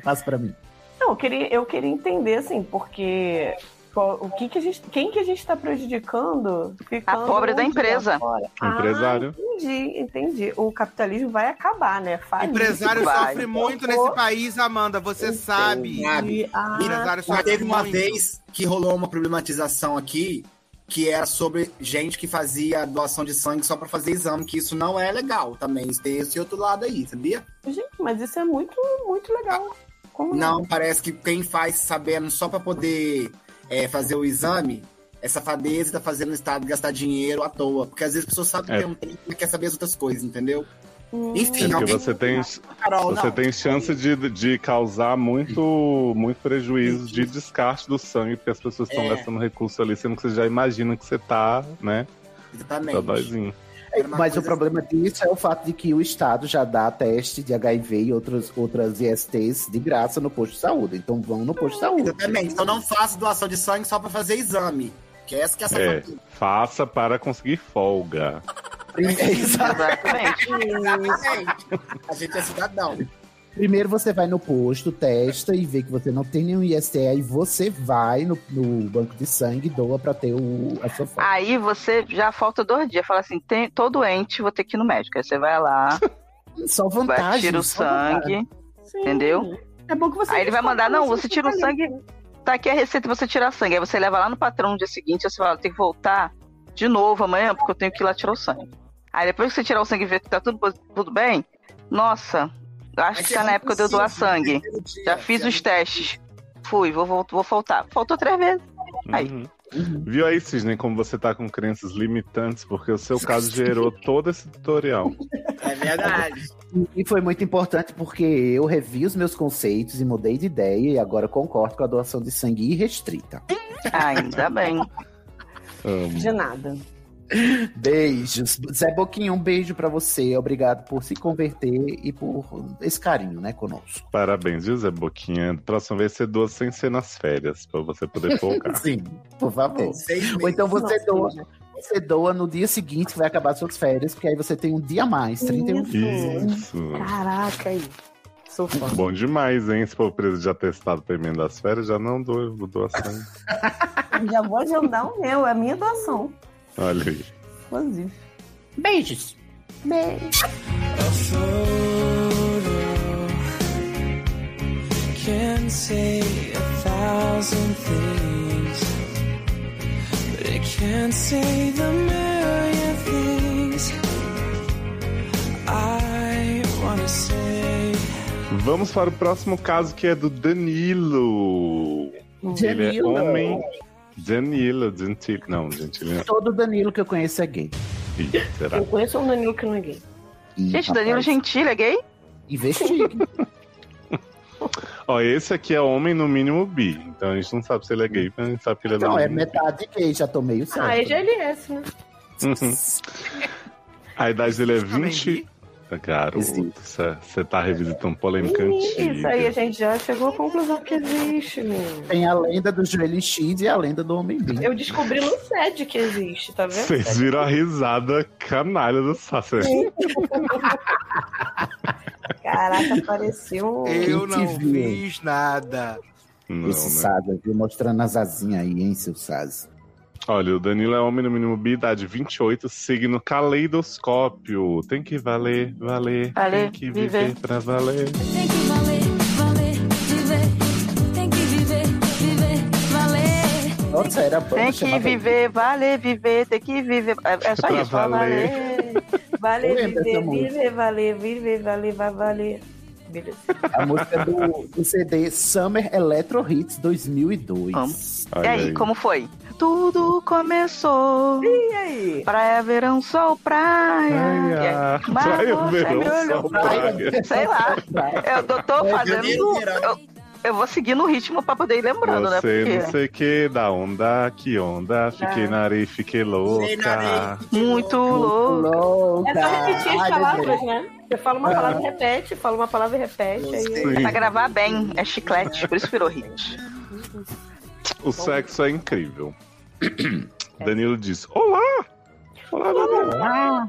D: Passa pra mim.
C: Não, eu queria, eu queria entender, assim, porque qual- o que que a gente, quem que a gente está prejudicando? ficando
B: A pobre da
C: um dia
B: empresa.
C: fora?
A: O empresário.
C: Ah, entendi, entendi. O capitalismo vai acabar, né?
F: O
C: Falir.
F: empresário
C: Vai.
F: sofre muito
C: Então,
F: nesse país, Amanda, você sabe.
G: Sabe?
C: ah,
F: O empresário
G: Mas
F: sofre
G: teve uma
F: muito.
G: vez que rolou uma problematização aqui que era sobre gente que fazia doação de sangue só pra fazer exame, que isso não é legal também. Isso Tem esse outro lado aí, sabia?
C: Gente, mas isso é muito, muito legal. Como
G: não, parece que quem faz sabendo só pra poder é, fazer o exame é safadeza e tá fazendo o Estado gastar dinheiro à toa. Porque às vezes a pessoa sabe que
A: É.
G: tem um tempo e quer saber as outras coisas, entendeu?
A: É
D: Hum.
G: Enfim,
A: porque
G: alguém-
A: você tem,
G: Carol,
A: você
G: não.
A: tem chance de, de causar muito, muito prejuízo de descarte do sangue, porque as pessoas estão
G: É.
A: gastando recurso ali, sendo que você já imagina que você tá, né?
G: Exatamente.
A: Tá dóizinho.
D: Mas o
G: assim.
D: problema disso é o fato de que o Estado já dá teste de HIV e outros, outras ISTs de graça no posto de saúde. Então vão no posto de saúde.
G: Exatamente. Então não faço doação de sangue só pra fazer exame. Que essa que é a
A: É,
G: safadeza.
A: faça para conseguir folga.
D: É
G: Exatamente. Exatamente. A gente é cidadão.
D: Primeiro você vai no posto, testa e vê que você não tem nenhum IST, aí você vai no, no banco de sangue e doa pra ter o, a sua foto.
B: Aí você já falta dois dias, fala assim, tem, tô doente, vou ter que ir no médico. Aí você vai lá,
D: Só
B: vai,
D: é vantagem.
B: tira o
D: só
B: sangue,
D: vantagem.
B: entendeu?
E: É bom que você
B: Aí ele vai
E: descobre
B: mandar, não,
E: isso
B: você
E: que
B: tira o
E: tá
B: sangue, tá aqui a receita, você tira sangue. Aí você leva lá no patrão no dia seguinte, aí você fala, tem que voltar de novo amanhã, porque eu tenho que ir lá tirar o sangue. Aí depois que você tirar o sangue e ver que tá tudo, bo- tudo bem, nossa, acho
G: Mas
B: que tá
G: é
B: na época de eu doar
G: impossível,
D: né?
B: sangue.
G: no dia,
B: Já fiz
G: se é
B: os testes. Fui, vou, vou, vou faltar. Faltou três vezes. Aí.
A: Uhum. Viu aí, Cisne, como você tá com crenças limitantes, porque o seu caso gerou todo esse tutorial.
G: É verdade.
D: E foi muito importante porque eu revi os meus conceitos e mudei de ideia e agora concordo com a doação de sangue irrestrita.
B: Ainda bem.
D: Amo.
C: é De nada.
D: Beijos. Zé Boquinha, um beijo pra você. Obrigado por se converter e por esse carinho, né, conosco.
A: Parabéns, viu, Zé Boquinha? Próxima vez você doa sem ser nas férias, pra você poder folgar.
D: Sim, por favor.
G: Seis
D: Ou então
G: meses.
D: você doa. Você doa no dia seguinte que vai acabar suas férias, porque aí você tem um dia a mais, 31 dias.
A: Isso. Tá
E: Caraca, aí. Sou fã.
A: Bom demais, hein? Se for preso de atestado pra emenda das férias, já não dou, eu vou doar sangue.
C: Já vou agendar o meu, é a minha doação.
A: Olha aí.
C: Inclusive.
D: Beijos.
C: Beijo.
M: can say a thousand things, but it can't say the million things I wanna say.
A: Vamos para o próximo caso que é do Danilo. Ele é
D: Danilo.
A: homem. Danilo, Gentil. Não, é Gentil. não.
D: Todo Danilo que eu conheço é gay.
A: Ih, será?
C: Eu conheço um Danilo que não é gay.
D: Ih,
B: Gente, o Danilo
D: rapaz.
B: Gentili é gay?
D: Investigue.
A: Ó, esse aqui é homem, no mínimo bi. Então a gente não sabe se ele é gay, mas a gente sabe que ele é
D: Não,
A: no
D: é
A: mínimo
D: metade gay, já tomei o certo.
C: Ah,
E: tá.
C: é GLS, né?
A: Uhum. A idade dele é 20. Garoto, você tá revisitando polêmica antiga.
C: Isso aí, é a gente já chegou à conclusão que existe, menino.
D: Tem a lenda do joelho X e a lenda do homem bi.
C: Eu descobri no SED que existe, tá vendo?
A: Vocês viram a risada canalha do Sasser.
C: Caraca, apareceu. um
F: Eu
D: Quem te
F: não
D: viu?
F: fiz nada.
A: Não,
D: Esse
A: né?
D: Sasa, viu? Mostrando as asinhas aí, hein, seu Sasa.
A: Olha, o Danilo é homem no mínimo bi, idade 28, signo caleidoscópio. Tem que valer, valer.
H: Valer,
A: tem que
H: viver.
A: viver, pra valer.
H: Tem que valer, valer, viver. Tem que viver, viver, valer.
D: Nossa, era bom
B: Tem que viver, valer, viver, tem que viver. É, é só
A: Pra
B: isso, pra
A: valer.
B: valer.
C: Vale
D: Lembra essa
C: viver,
D: música?
C: viver, valer, viver, valer, vai valer. Beleza.
D: A música do, do CD Summer Electro Hits 2002.
B: E
D: Olha
B: aí, como foi? Tudo começou.
C: E aí?
B: Praia, verão, sol, é? praia. E aí, Mas
A: Praia,
B: você
A: verão,
B: me olhou
A: sol,
B: pra-
A: praia.
D: é
B: Sei lá. Eu tô, tô fazendo.
G: janeiro,
B: Eu, eu vou seguir no ritmo pra poder ir lembrando,
A: Você
B: né? Porque- É.
A: não sei que, da onda, que onda. Fiquei na areia e fiquei louca.
B: Muito louco.
C: É só repetir as
D: Ai,
C: palavras,
D: Deus.
C: né? Você fala uma
D: Ah.
C: palavra e repete, fala uma palavra e repete.
A: Sim.
C: Aí...
B: É pra gravar bem, é chiclete, por isso virou hit.
A: O sexo é incrível.
B: É.
A: Danilo diz: Olá! Olá, Danilo.
N: Ah.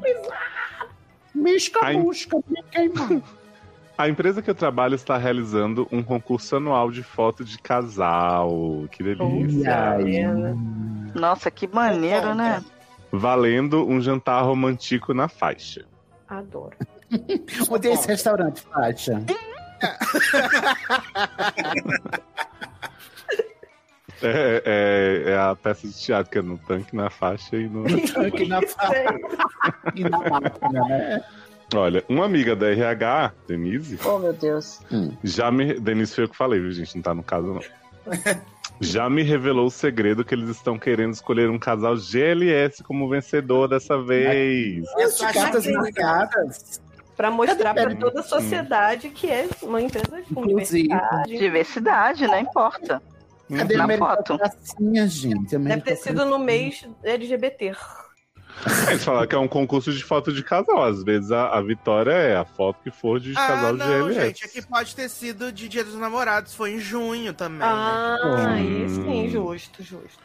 D: Misca,
A: Ai.
D: busca, me queimar.
A: A empresa que eu trabalho está realizando um concurso anual de foto de casal. Que delícia.
B: Nossa, que maneiro, né?
A: Valendo um jantar romântico na faixa.
C: Adoro.
D: Onde é esse restaurante, Faixa?
A: É, é- é a peça de teatro que é no tanque, na faixa e no.
D: Aqui na faixa. E na máquina, né?
A: Olha, uma amiga da RH, Denise,
N: Oh, meu Deus.
A: já me. Denise foi eu que falei, viu, gente? Não tá no caso, não. Já me revelou o segredo que eles estão querendo escolher um casal GLS como vencedor dessa vez.
G: É
C: Eu só acho
D: cartas
C: incrível. Pra mostrar pra toda a
A: Hum.
C: sociedade que é uma empresa com
D: Inclusive.
C: diversidade.
B: Diversidade, não importa.
D: Cadê a
B: Na
D: América
B: foto.
D: Pracinha, gente?
C: Deve ter sido no mês LGBT.
A: Eles falaram que é um concurso de foto de casal. Às vezes a, a vitória é a foto que for de
F: Ah,
A: casal
F: não,
A: GLS.
F: gente, é que pode ter sido de Dia dos Namorados, foi em junho também. né?
C: Ah,
A: aí sim,
C: justo, justo.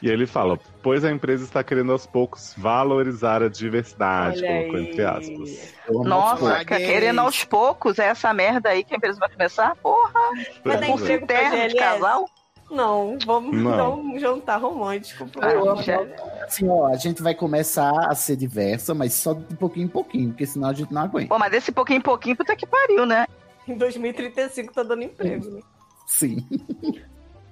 A: E ele fala: pois a empresa está querendo aos poucos valorizar a diversidade,
B: Olha
A: colocou
B: aí.
A: entre aspas.
D: né?
B: Nossa, que- querendo aos poucos, é essa merda aí que a empresa vai começar? Porra!
A: Vai
B: Vai
A: dar
B: ter
A: emprego
B: emprego
C: pra
B: terno de
C: GLS?
B: casal?
C: Não, vamos
A: Não.
C: dar um jantar romântico. pro
B: Ah,
C: meu
B: já-
C: amor.
D: Assim, ó, a gente vai começar a ser diversa, mas só de pouquinho em pouquinho, porque senão a gente não aguenta.
B: Pô, mas desse pouquinho em pouquinho, puta que pariu, né?
C: Em 2035 tá dando emprego, né?
D: Sim.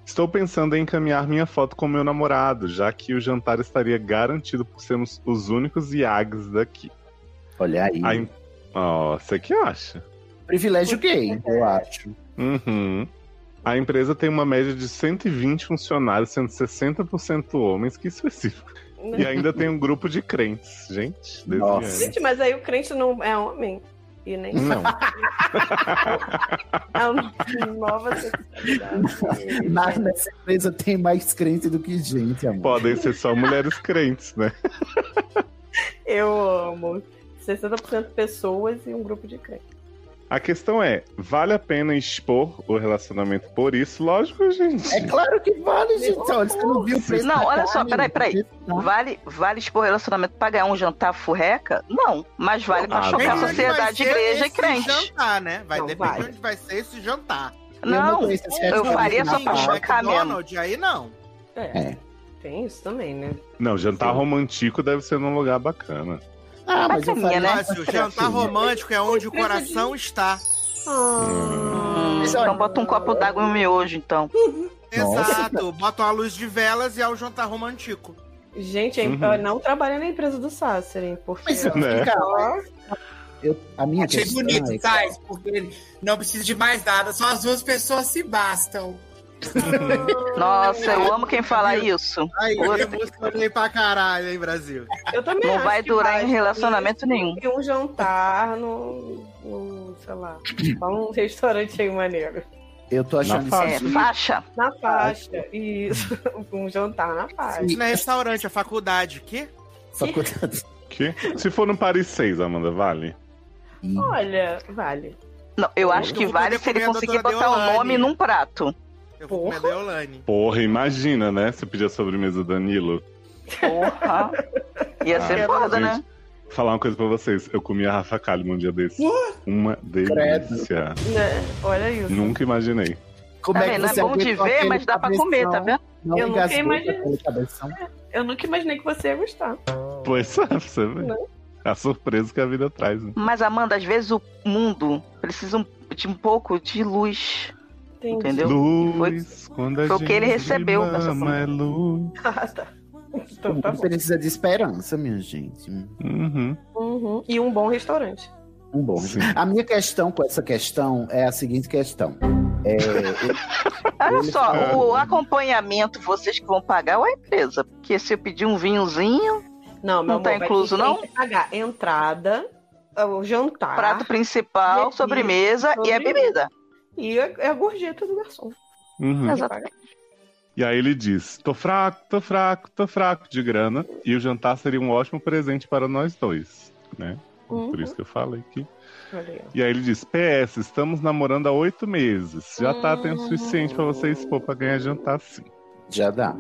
A: Estou pensando em encaminhar minha foto com meu namorado, já que o jantar estaria garantido por sermos os únicos IAGs daqui.
D: Olha aí.
A: A em- Ó, você que acha?
D: Privilégio gay, eu acho.
A: Uhum. A empresa tem uma média de 120 funcionários, sendo 60% homens, que específico. E ainda tem um grupo de crentes, gente. desse ano.
C: Gente, mas aí o crente não é homem. E nem.
A: Não.
C: é uma nova sexualidade.
D: Nada nessa empresa tem mais crente do que gente, amor.
A: Podem ser só mulheres crentes, né?
C: Eu amo. 60% pessoas e um grupo de crente.
A: A questão é, vale a pena expor o relacionamento por isso? Lógico, gente.
D: É claro que vale, gente. Olha, você não viu o preço
B: Não,
D: da
B: olha só,
D: carne?
B: peraí, peraí. Vale, vale expor relacionamento pra ganhar um jantar furreca? Não, mas vale pra
F: Ah,
B: chocar
F: vai.
B: a sociedade,
F: Vai ser
B: igreja e
F: esse
B: crente.
F: jantar, né? Vai depender
B: vai.
F: de onde vai ser esse jantar.
B: Não, Eu eu faria só pra chocar mesmo. Né?
F: McDonald's, Aí não.
D: É.
C: Tem isso também, né?
A: Não, jantar romântico deve ser num lugar bacana.
D: Ah,
B: é
C: mas eu faria
F: né?
C: isso
F: o jantar romântico é onde o coração está.
B: Hum, então bota um copo d'água no miojo, então.
D: Hum,
F: Exato. Bota uma luz de velas e é o jantar romântico.
C: Gente, eu
F: Uhum.
C: não trabalho na empresa do Sasser, hein? Porque.
F: Mas isso, né?
D: Eu, a minha
G: Achei
A: né?
D: questão
G: bonito, tá?
D: é-
G: Thais, porque não precisa de mais nada, só as duas pessoas se bastam.
B: Nossa,
D: é.
B: eu amo quem fala isso.
F: Aí, eu
B: Puta
F: emocionei pra caralho, hein, Brasil.
C: Eu também
B: Não
C: acho
B: vai
C: que
B: durar em
C: basta
B: relacionamento
C: isso
B: nenhum.
C: E um jantar no, no, sei lá, só um restaurante aí maneiro.
D: Eu tô achando isso.
B: É, faixa.
C: Na faixa. Isso. Um jantar na faixa.
F: Isso não é restaurante, é faculdade. Que?
D: Só cuidado.
A: Que? Se for no Paris 6, Amanda, vale?
C: Olha, vale.
B: Não, eu acho que
F: Eu vou
B: vale
F: poder
B: se ele
F: comer a
B: conseguir
F: doutora
B: botar o
F: Deolane.
B: nome num prato.
F: Eu vou comer Deolane.
A: Porra, imagina, né? Se pedir a sobremesa do Danilo.
B: Porra. Ia ser
D: É,
A: Ah,
B: foda, né?
A: gente, Falar uma coisa pra vocês. Eu comi a Rafa Kalimann um dia desse. Uma delícia.
C: Né? Olha isso.
A: Nunca imaginei.
D: Como
B: Tá
D: é que
B: vendo? É
D: você
B: bom de
D: aguentou
B: ver,
D: aquele
B: mas dá pra comer, tá
D: cabeção?
B: vendo?
D: Não
C: Eu nunca
D: engasgou com
C: imaginei.
D: aquele cabeção.
C: Eu nunca imaginei que você ia gostar.
A: Pois é, pra você vê. A surpresa que a vida traz, né?
B: Mas, Amanda, às vezes o mundo precisa um- de um pouco de luz. Entendeu?
A: Luz, quando a
B: foi o que ele
A: gente
B: recebeu
A: ama,
B: nessa
A: é luz.
C: Ah, tá. Então tá bom.
D: Precisa de esperança, minha gente.
C: Uhum. E um bom restaurante.
D: Um bom. A minha questão com essa questão é a seguinte questão. É,
B: Olha
D: Ele
B: só,
D: falou.
B: o acompanhamento vocês que vão pagar ou a empresa? Porque se eu pedir um vinhozinho,
C: Não, meu
B: não tá
C: amor, vai
B: incluso,
C: ter- tem
B: não?
C: que pagar entrada, o jantar.
B: Prato principal,
C: Ah. bebida,
B: sobremesa e a bebida.
C: E a, a gorjeta do garçom.
A: Uhum.
B: Exatamente.
A: E aí ele diz: tô fraco, tô fraco, tô fraco de grana. E o jantar seria um ótimo presente para nós dois, né? Por isso que eu falei que. E aí ele diz: PS, estamos namorando há oito meses. Já tá tempo suficiente pra você expor pra ganhar jantar, sim.
D: Já dá.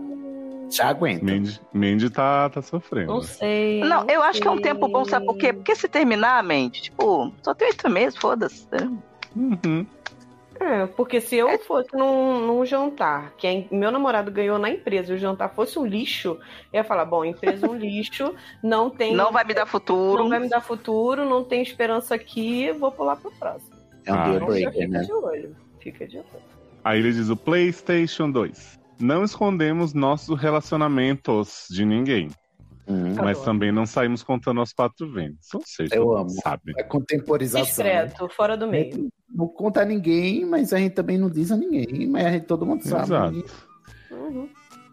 D: Já aguenta.
A: Mandy, Mandy tá, tá sofrendo.
C: sei.
B: Não, eu acho que é um tempo bom, sabe por quê? Porque se terminar, mente, tipo, só tem oito meses, foda-se. né?
A: Uhum.
C: É, porque se eu fosse num, num jantar, que a- meu namorado ganhou na empresa, e o jantar fosse um lixo, eu ia falar, bom, empresa é um lixo, não tem...
B: Não um vai me dar futuro.
C: Não vai me dar futuro, não tem esperança aqui, vou pular pro próximo.
A: É um
D: Ah.
A: deal
C: Então, já
A: breaker,
C: fica
A: né?
C: de olho, fica de olho.
A: Aí ele diz o PlayStation 2. Não escondemos nossos relacionamentos de ninguém. Mas
D: Hum. Tá
C: Adoro.
A: também não saímos contando aos quatro ventos. Ou seja,
D: Eu
A: todo
D: amo.
A: mundo sabe.
D: É contemporização. né?
C: Discreto, fora do meio.
D: Não conta a ninguém, mas a gente também não diz a ninguém. Mas a gente, todo mundo sabe.
A: Exato.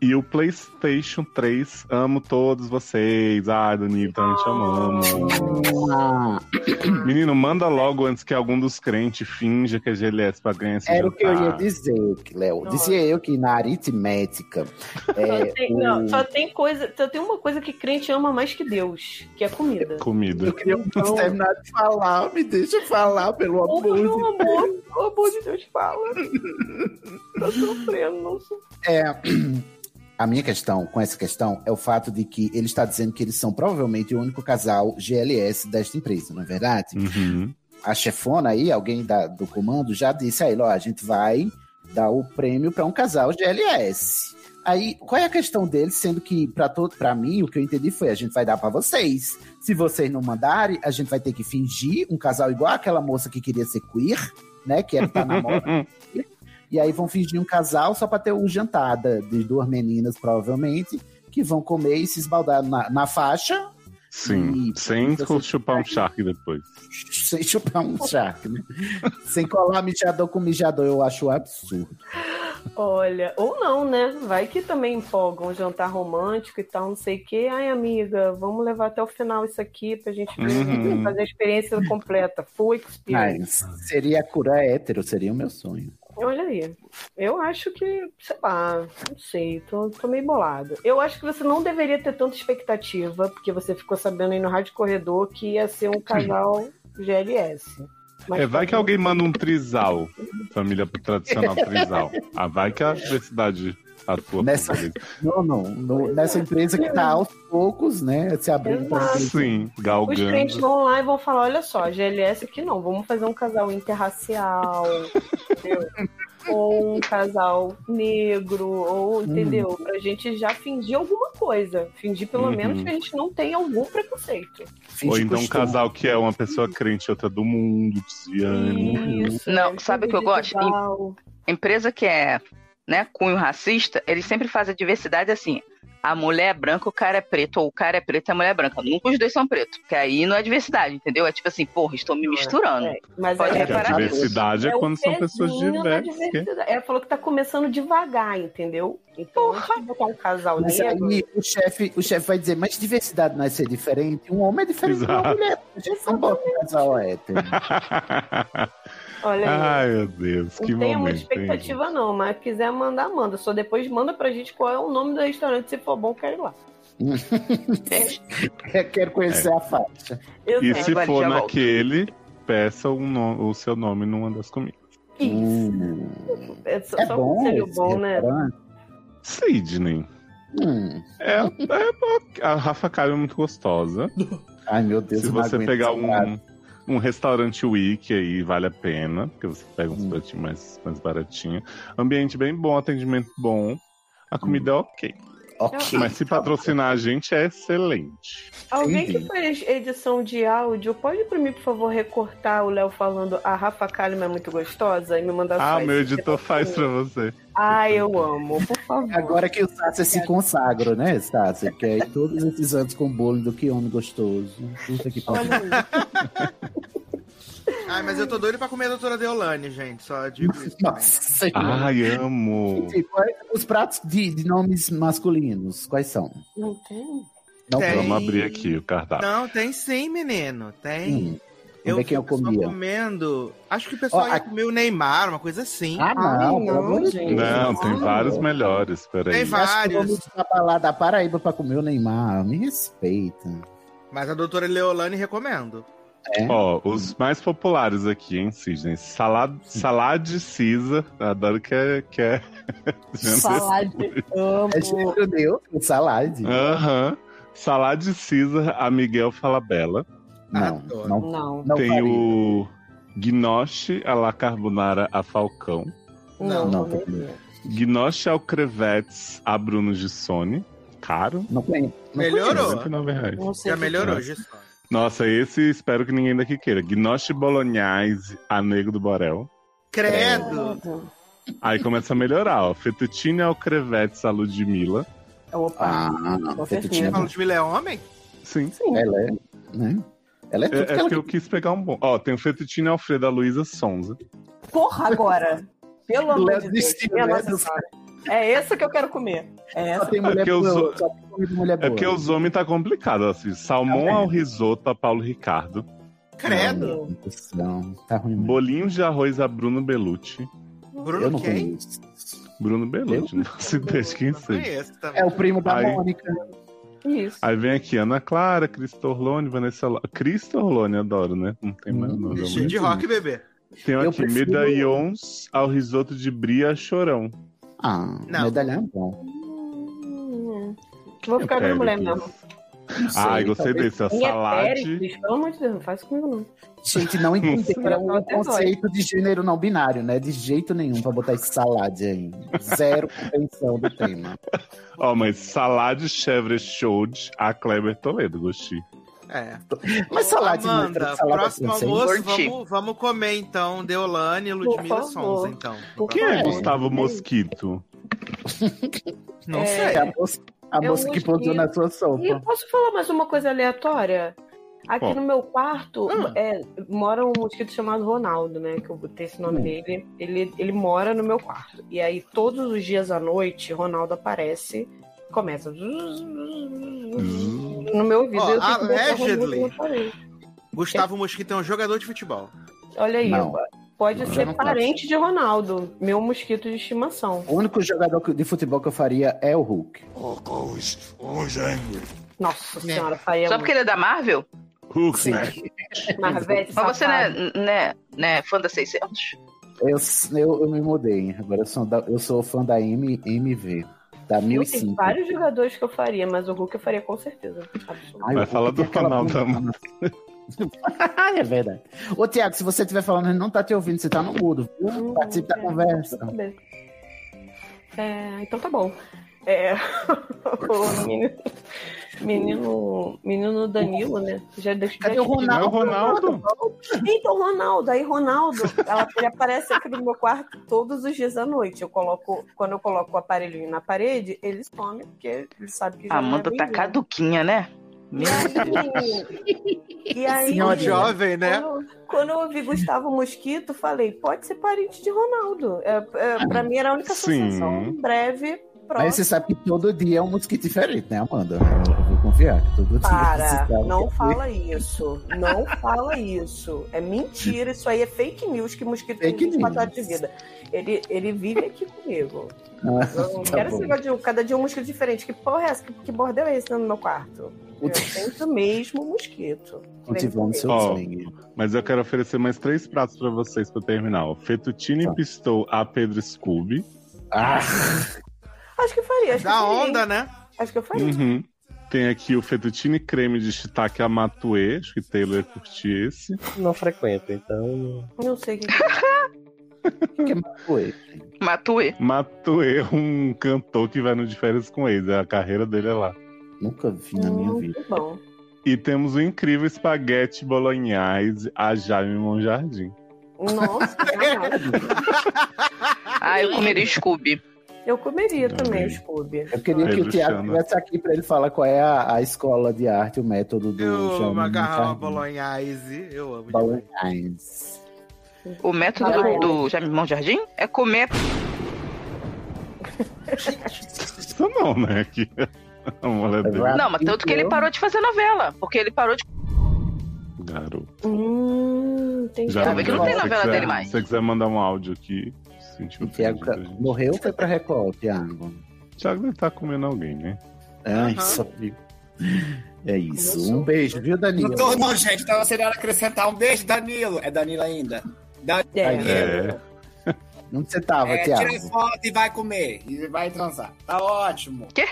A: E o PlayStation 3, amo todos vocês. Ai, Danilo, também te
D: Ah,
A: amamos. Menino, manda logo antes que algum dos crentes finja que é GLS pra ganhar esse
D: Era o que eu ia
A: jantar.
D: dizer, Léo. Dizia eu que na aritmética.
C: Só
D: é,
C: tem,
D: o-
C: não, só tem coisa, só tem uma coisa que crente ama mais que Deus, que é comida.
A: Comida.
D: Não terminar de falar, me deixa falar, pelo amor de Deus.
C: amor, pelo amor de Deus, fala. Tô sofrendo, não sou.
D: É, a minha questão com essa questão é o fato de que ele está dizendo que eles são provavelmente o único casal GLS desta empresa, não é verdade?
A: Uhum.
D: A chefona aí, alguém da- do comando, já disse a ele: ó, a gente vai dar o prêmio para um casal GLS. Aí, qual é a questão dele, sendo que para todo, para mim, o que eu entendi foi a gente vai dar para vocês. Se vocês não mandarem, a gente vai ter que fingir um casal igual aquela moça que queria ser queer, né, que era tá na moda. E aí vão fingir um casal só pra ter um jantada de duas meninas, provavelmente, que vão comer e se esbaldar na, na faixa,
A: Sim, sem chupar um charque depois.
D: sem chupar um charque, né? sem colar mijador com mijador, eu acho um absurdo.
C: Olha, ou não, né? Vai que também empolgam um jantar romântico e tal, não sei o quê. Ai, amiga, vamos levar até o final isso aqui pra gente ver,
D: Uhum.
C: fazer a experiência completa. Full experience.
D: Mas seria a cura hétero, seria o meu sonho.
C: Olha aí. Eu acho que, sei lá, não sei, tô, tô meio bolada. Eu acho que você não deveria ter tanta expectativa, porque você ficou sabendo aí no Rádio Corredor que ia ser um casal GLS.
A: É, vai que alguém manda um trisal. Família tradicional trisal. Ah, vai que a universidade atua. Nessa...
D: Não, não, no-
C: é.
D: nessa empresa que tá aos poucos, né, se abrindo pra vocês.
A: Sim,
C: Os crentes
A: galgando.
C: vão lá e vão falar: olha só, GLS aqui não, vamos fazer um casal interracial, entendeu? ou um casal negro,
A: Hum.
C: ou entendeu? Pra gente já fingir alguma coisa. Fingir pelo
A: Uhum.
C: menos que a gente não tem algum preconceito.
A: Ou então um casal que é uma pessoa crente e outra do mundo, desviando.
B: Não, sabe o que eu gosto? Em- empresa que é né, cunho racista, eles sempre fazem a diversidade assim. A mulher é branca, o cara é preto, ou o cara é preto e a mulher é branca. Nunca os dois são pretos, porque aí não é diversidade, entendeu? É tipo assim, porra, estou me misturando.
C: Mas
B: Pode
A: aí é
B: reparar
A: a
B: nisso.
A: diversidade é
C: o
A: quando são pessoas
C: pezinho da
A: diversas.
C: diversidade. Ela falou que tá começando devagar, entendeu? Então, antes de botar um casal
D: Mas
C: negro.
D: aí o chefe, o chefe vai dizer, mas diversidade não é ser diferente? Um homem é diferente de uma
A: Exato.
D: mulher. A gente não bota um casal hétero.
C: Olha aí.
A: Ai, meu Deus, que
C: não tenho muita
A: momento. hein?
C: expectativa, não, mas quiser mandar, manda. Só depois manda pra gente qual é o nome do restaurante. Se for bom, quero ir lá.
D: Eu quero conhecer
A: É.
D: a faixa.
A: E se for naquele, peça um no- o seu nome numa das comidas.
C: É só,
D: Hum. É
C: só
D: bom
C: conselho
D: esse
C: bom, né?
D: restaurante?
A: Sidney.
D: Hum.
A: É, é- a Rafa Cara é muito gostosa.
D: Ai, meu Deus,
A: Se
D: eu não
A: você
D: aguento
A: pegar
D: esse
A: um,
D: horário.
A: um restaurante wiki aí, vale a pena, porque você pega uns pratinhos mais, mais baratinhos. Ambiente bem bom, atendimento bom. A comida é ok.
D: Ok.
A: Mas se patrocinar a gente é excelente.
C: Alguém que
A: Entendi.
C: faz edição de áudio, pode pra mim, por favor, recortar o Léo falando a Rafa Kalima é muito gostosa e me mandar só
A: Ah,
C: esse
A: meu editor faz pra você.
C: Ai, eu amo, por favor.
D: Agora que o Sácia se consagra, né, Sácia? Que aí todos esses anos com bolo do que homem gostoso. Puta que pariu.
F: Ai, mas eu tô doido pra comer a doutora Deolane, gente. Só digo isso.
D: Nossa,
A: Ai, amo.
D: Gente, quais- os pratos de, de nomes masculinos, quais são?
C: Não tem.
D: Não
F: Tem.
A: Vamos abrir aqui o cardápio.
F: Não, tem sim, menino. Tem.
D: Hum, Vamos ver quem eu comia.
F: comendo. Acho que o pessoal
D: Ó,
F: ia
D: a-
F: comer o Neymar, uma coisa assim.
D: Ah, não, pelo amor de Deus. Ah,
A: Não, tem vários melhores, peraí.
F: Tem vários.
D: Pra lá da Paraíba pra comer o Neymar. Me respeita.
F: Mas a doutora Leolane recomendo.
A: Ó, os mais populares aqui, hein, Sidney? Salad, salad Caesar. Adoro que é. Que é...
D: Amo. É gênero neutro, salade.
A: Ah, Aham. Salad Caesar, a Miguel Falabella.
D: Não, não,
A: tem
D: faria.
A: o Gnocchi à la carbonara a Falcão.
F: Hum.
C: Não,
D: não,
C: não.
A: Gnocchi ao crevetes a Bruno Gissoni. Caro.
D: Não tem.
F: Melhorou.
A: reais.
F: Não sei Já o que melhorou, é. Gissoni.
A: Nossa, esse espero que ninguém daqui queira. Gnocchi bolognese a Nego do
D: É.
A: Borel.
F: Credo!
A: Aí começa a melhorar, ó. Fettuccine ao crevetes a Ludmilla.
D: Ah,
F: Com
D: Fettuccine.
F: certeza. A Ludmilla é homem?
A: Sim.
D: Ela é, né? Ela é tudo
A: É,
D: que
A: é
D: ela
A: porque eu quis pegar um bom. Ó, tem o Fettuccine Alfredo, a Luísa Sonza.
C: Porra, agora. Pelo amor de
D: Ledo
C: Deus.
D: Steel,
C: minha
D: Ledo
C: Nossa Senhora. É essa que eu quero comer. É essa.
D: só tem
A: É
D: mulher
A: porque eu
D: boa.
A: sou-
D: Só tem mulher boa. É.
A: É porque os homens tá complicado, assim. Salmão ao risoto a Paulo Ricardo.
F: Credo!
D: Não, é tá ruim. mesmo.
A: Bolinho de arroz a Bruno Bellucci.
D: Eu não
F: Bruno quem?
D: conheço.
A: Bruno Bellucci, não faço ideia de quem seja.
F: Conheço também.
D: É o primo da
A: Aí-
D: Mônica.
C: Isso.
A: Aí vem aqui Ana Clara, Cristo Orlone, Vanessa Lo... Cristo Orlone, adoro, né? Não tem mais nome.
F: Vestido de rock, bebê.
A: Tem
D: Hum, Eu
A: aqui
D: prefiro-
A: medalhões ao risoto de Bria Chorão.
D: Ah,
F: Não.
D: medalhão é bom.
C: Hum. Vou ficar com a
A: Péricles.
C: mulher mesmo.
A: Ai,
D: sei,
A: gostei
D: talvez.
A: desse. ó,
C: Minha
A: Salade.
C: Péricles, pelo amor de Deus, não faz isso comigo não.
D: Gente, não
C: Era
D: entenderam
C: só
D: o
C: até nós.
D: conceito de gênero não binário, né? De jeito nenhum pra botar esse salade aí. Zero compreensão do tema.
A: Ó, mas salade chevre Chaude a Kleber Toledo, gostei.
F: É.
D: Mas salade não entra com
F: Amanda,
D: salada
F: próximo
D: francesa.
F: almoço,
B: Curti.
F: vamos, vamos comer então. Deolane, Ludmilla
C: Por favor.
F: Sons, então.
C: Por
A: Quem é
D: É.
A: Gustavo Mosquito?
F: Não
C: É.
D: É a moça, a
C: Eu
D: moça que
C: gostei.
D: pousou na sua
C: E eu
D: sopa.
C: posso falar mais uma coisa aleatória? Aqui
A: Qual?
C: no meu quarto
D: Ah.
F: Hum.
C: é, mora um mosquito chamado Ronaldo, né? Que eu botei esse nome
D: Hum.
C: dele. Ele, ele mora no meu quarto. E aí, todos os dias à noite, Ronaldo aparece, começa. No meu ouvido.
F: Ó,
C: eu tenho que botar
F: allegedly.
C: Ronaldo na parede.
F: Gustavo Mosquito é um jogador de futebol.
C: Olha aí,
D: Não.
C: pode
D: Não,
C: ser
D: não posso.
C: parente de Ronaldo, meu mosquito de estimação.
D: O único jogador que- de futebol que eu faria é o Hulk.
C: Nossa senhora, faria
B: Só porque ele é da Marvel?
A: Hulk, né?
C: Marvete,
B: Mas você não é,
C: safado.
B: né, né, fã da 600?
D: Eu, eu, eu me mudei. Agora eu sou, da- eu sou fã da M, MV. Da
C: Ui, Tem
D: 1005.
C: vários jogadores que eu faria, mas o Hulk eu faria com certeza. Absolutamente.
D: Ai,
A: Vai
D: o
A: falar
D: Hulk
A: do
D: tem aquela
A: Ronaldo
D: bunda. é verdade. Ô, Tiago, se você estiver falando, ele não tá te ouvindo, você tá no mudo, viu? Participe da
C: é.
D: conversa.
C: Saber. É, então tá bom. É, o menino, menino, menino Danilo, né? Já deixou.
D: Cadê o
A: Não é o
D: Ronaldo?
A: Ronaldo?
C: Então, Ronaldo, aí Ronaldo, ela- ele aparece aqui no meu quarto todos os dias à noite. Eu coloco, quando eu coloco o aparelhinho na parede, ele some, porque ele sabe que já
B: A Amanda
C: não é
B: tá
C: menino.
B: caduquinha, né? Meu Deus.
C: E aí,
D: Senhora
F: Jovem,
D: É.
F: né?
C: Quando, quando eu ouvi Gustavo Mosquito, falei, pode ser parente de Ronaldo. É, é, pra mim era a única
A: Sim.
C: sensação Um breve, próxima.
D: Mas você sabe que todo dia é um mosquito diferente, né, Amanda? Eu vou confiar que todo dia. você
C: Para,
D: sabe
C: não
D: que- é
C: fala isso. Não fala isso. É mentira, isso aí é fake news que mosquito tem
D: Fake
C: 24 horas de
D: news.
C: vida. Ele, ele vive aqui comigo.
D: Ah,
C: Eu não
D: tá
C: quero
D: bom.
C: esse negócio de um- cada dia um mosquito diferente. Que porra é essa? Que, que bordel é esse no meu quarto? Eu tenho o mesmo mosquito.
D: Cultivando seu
A: Ó,
D: sangue.
A: Mas eu quero oferecer mais três pratos pra vocês pra terminar. ó. Fettuccine
D: Tá.
A: Pistou a Pedro Scooby.
D: Ah,
C: Acho que eu faria. Acho que
F: Da
C: eu faria, hein?
F: onda, né?
C: Acho que eu faria.
A: Uhum. Tem aqui o fettuccine creme de shiitake amatue, acho que Taylor curti esse.
N: Não frequento, então.
D: Hum.
C: Não sei o que.
D: foi.
B: Matue.
A: Matue é um cantor que vai no de férias com eles, a carreira dele é lá.
D: Nunca vi na minha vida.
C: é. Muito bom.
A: E temos o incrível espaguete bolognese a Jaime Monjardim.
C: Nossa, caralho.
B: Ah, eu comeria Scooby.
C: eu comeria
A: Também.
C: também o Scooby.
D: Eu queria que
A: Pedro
D: o Tiago
A: Chana.
D: estivesse aqui pra ele falar qual é a, a escola de arte, o método do
F: Eu
D: Jean
F: amo macarrão à
D: Carlinhos.
F: bolognese. Eu amo. demais.
D: Bolognese.
B: O método
C: Caralho.
B: do, do Jaime Monjardim é comer.
A: Isso não, né? Que... A mulher dele, é
D: Vai.
B: Não, mas tanto que ele parou de fazer novela. Porque ele parou de.
A: garoto.
C: Hum, tem
B: Já
D: vi que não
A: se
D: tem
A: você
B: novela
A: quiser-
B: dele mais.
A: Se você quiser mandar um áudio aqui, sentiu
D: O Tiago ca- morreu ou foi pra Record, Tiago?
A: Thiago deve estar comendo alguém, né?
D: É
F: Aham.
D: isso. amigo. É isso. Um beijo, viu, Danilo?
G: Não tô, não, gente. Tava sendo acrescentar um beijo, Danilo. É Danilo ainda. Danilo.
A: É.
D: Onde você tava,
G: É, tira
D: Tiago?
G: foto e vai comer. E vai transar. Tá ótimo.
A: Que-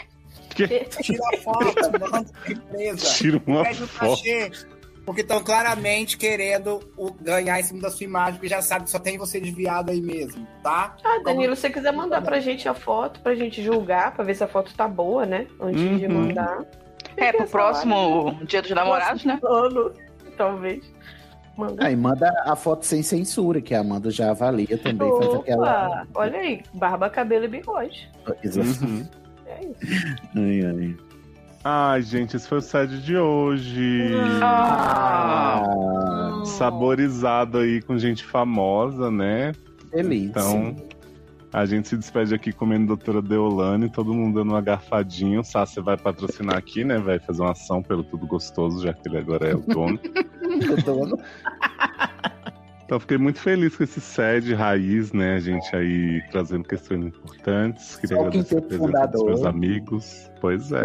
G: Tira a foto, manda pra empresa.
A: Tira uma
G: Pede um o
A: foto.
G: cachê. Porque estão claramente querendo o- ganhar em cima da sua imagem, porque já sabe que só tem você desviado aí mesmo, tá?
C: Ah, Danilo, se você quiser mandar pra gente a foto, pra gente julgar, pra ver se a foto tá boa, né? Antes de
B: Uhum.
C: mandar.
B: É,
E: né?
B: pro próximo Dia dos Namorados, né?
C: Ano, talvez. Manda.
D: Aí manda a foto sem censura, que a Amanda já avalia também. Faz
C: Opa,
D: aquela.
C: olha aí, barba, cabelo e bigode.
D: coisa.
C: É isso.
D: Ai, ai.
A: Ai, gente, esse foi o sede de hoje.
D: Ah.
A: Saborizado aí com gente famosa, né?
D: Feliz.
A: Então, a gente se despede aqui comendo doutora Deolane, todo mundo dando uma garfadinha. O Sá, você vai patrocinar aqui, né? Vai fazer uma ação pelo Tudo Gostoso, já que ele agora é o dono. Então fiquei muito feliz com esse sede raiz, né? A gente aí trazendo questões importantes. Queria
D: Só o
A: agradecer a
D: quinteto
A: presença dos
D: fundador.
A: meus amigos. Pois é.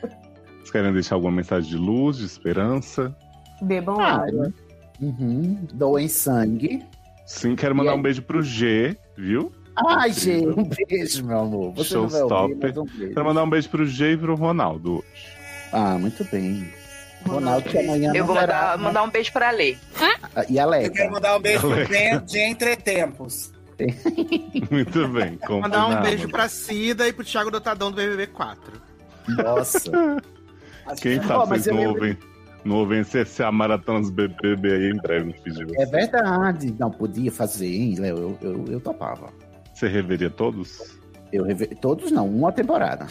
A: Vocês querem deixar alguma mensagem de luz, de esperança?
C: Bebam
D: Ah,
C: água.
D: Uhum. Doem sangue.
A: Sim, quero mandar um beijo pro G, viu?
D: Ai, G, um beijo, meu amor. Você não vai ouvir, mas
A: Showstopper.
D: um beijo.
A: Quero mandar um beijo pro G e pro Ronaldo hoje.
D: Ah, muito bem. Ronaldo que amanhã
B: Eu
D: não
B: vou
D: verá,
B: mandar,
D: né?
B: mandar um beijo pra Lê.
D: Ah, E Alex.
G: Eu quero mandar um beijo pro
D: Galera.
G: Ben de Entretempos.
A: Muito bem.
F: Mandar um
A: combinado.
F: beijo pra Cida e pro Thiago Dotadão do BBB 4.
D: Nossa.
A: Quem tá
D: Ó,
A: sabe
D: mas
A: vocês
D: eu
A: não
D: lembrei-
A: ouvem, não ouvem CCA Maratonas BBB aí em breve no feed de
D: É
A: vocês.
D: verdade. Não, podia fazer, hein, Léo? Eu, eu, eu topava.
A: Você reveria todos?
D: Eu reve... Todos não, uma temporada.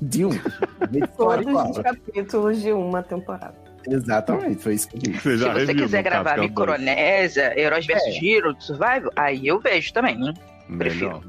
D: De um. De quatro em
C: Todos
D: quatro.
C: os capítulos de uma temporada.
D: Exatamente, foi isso que eu disse.
A: Você
B: Se você quiser
A: é
B: gravar Micronésia, Heróis vs
D: É.
B: Giro, Survival, aí eu vejo também. hein? Prefiro.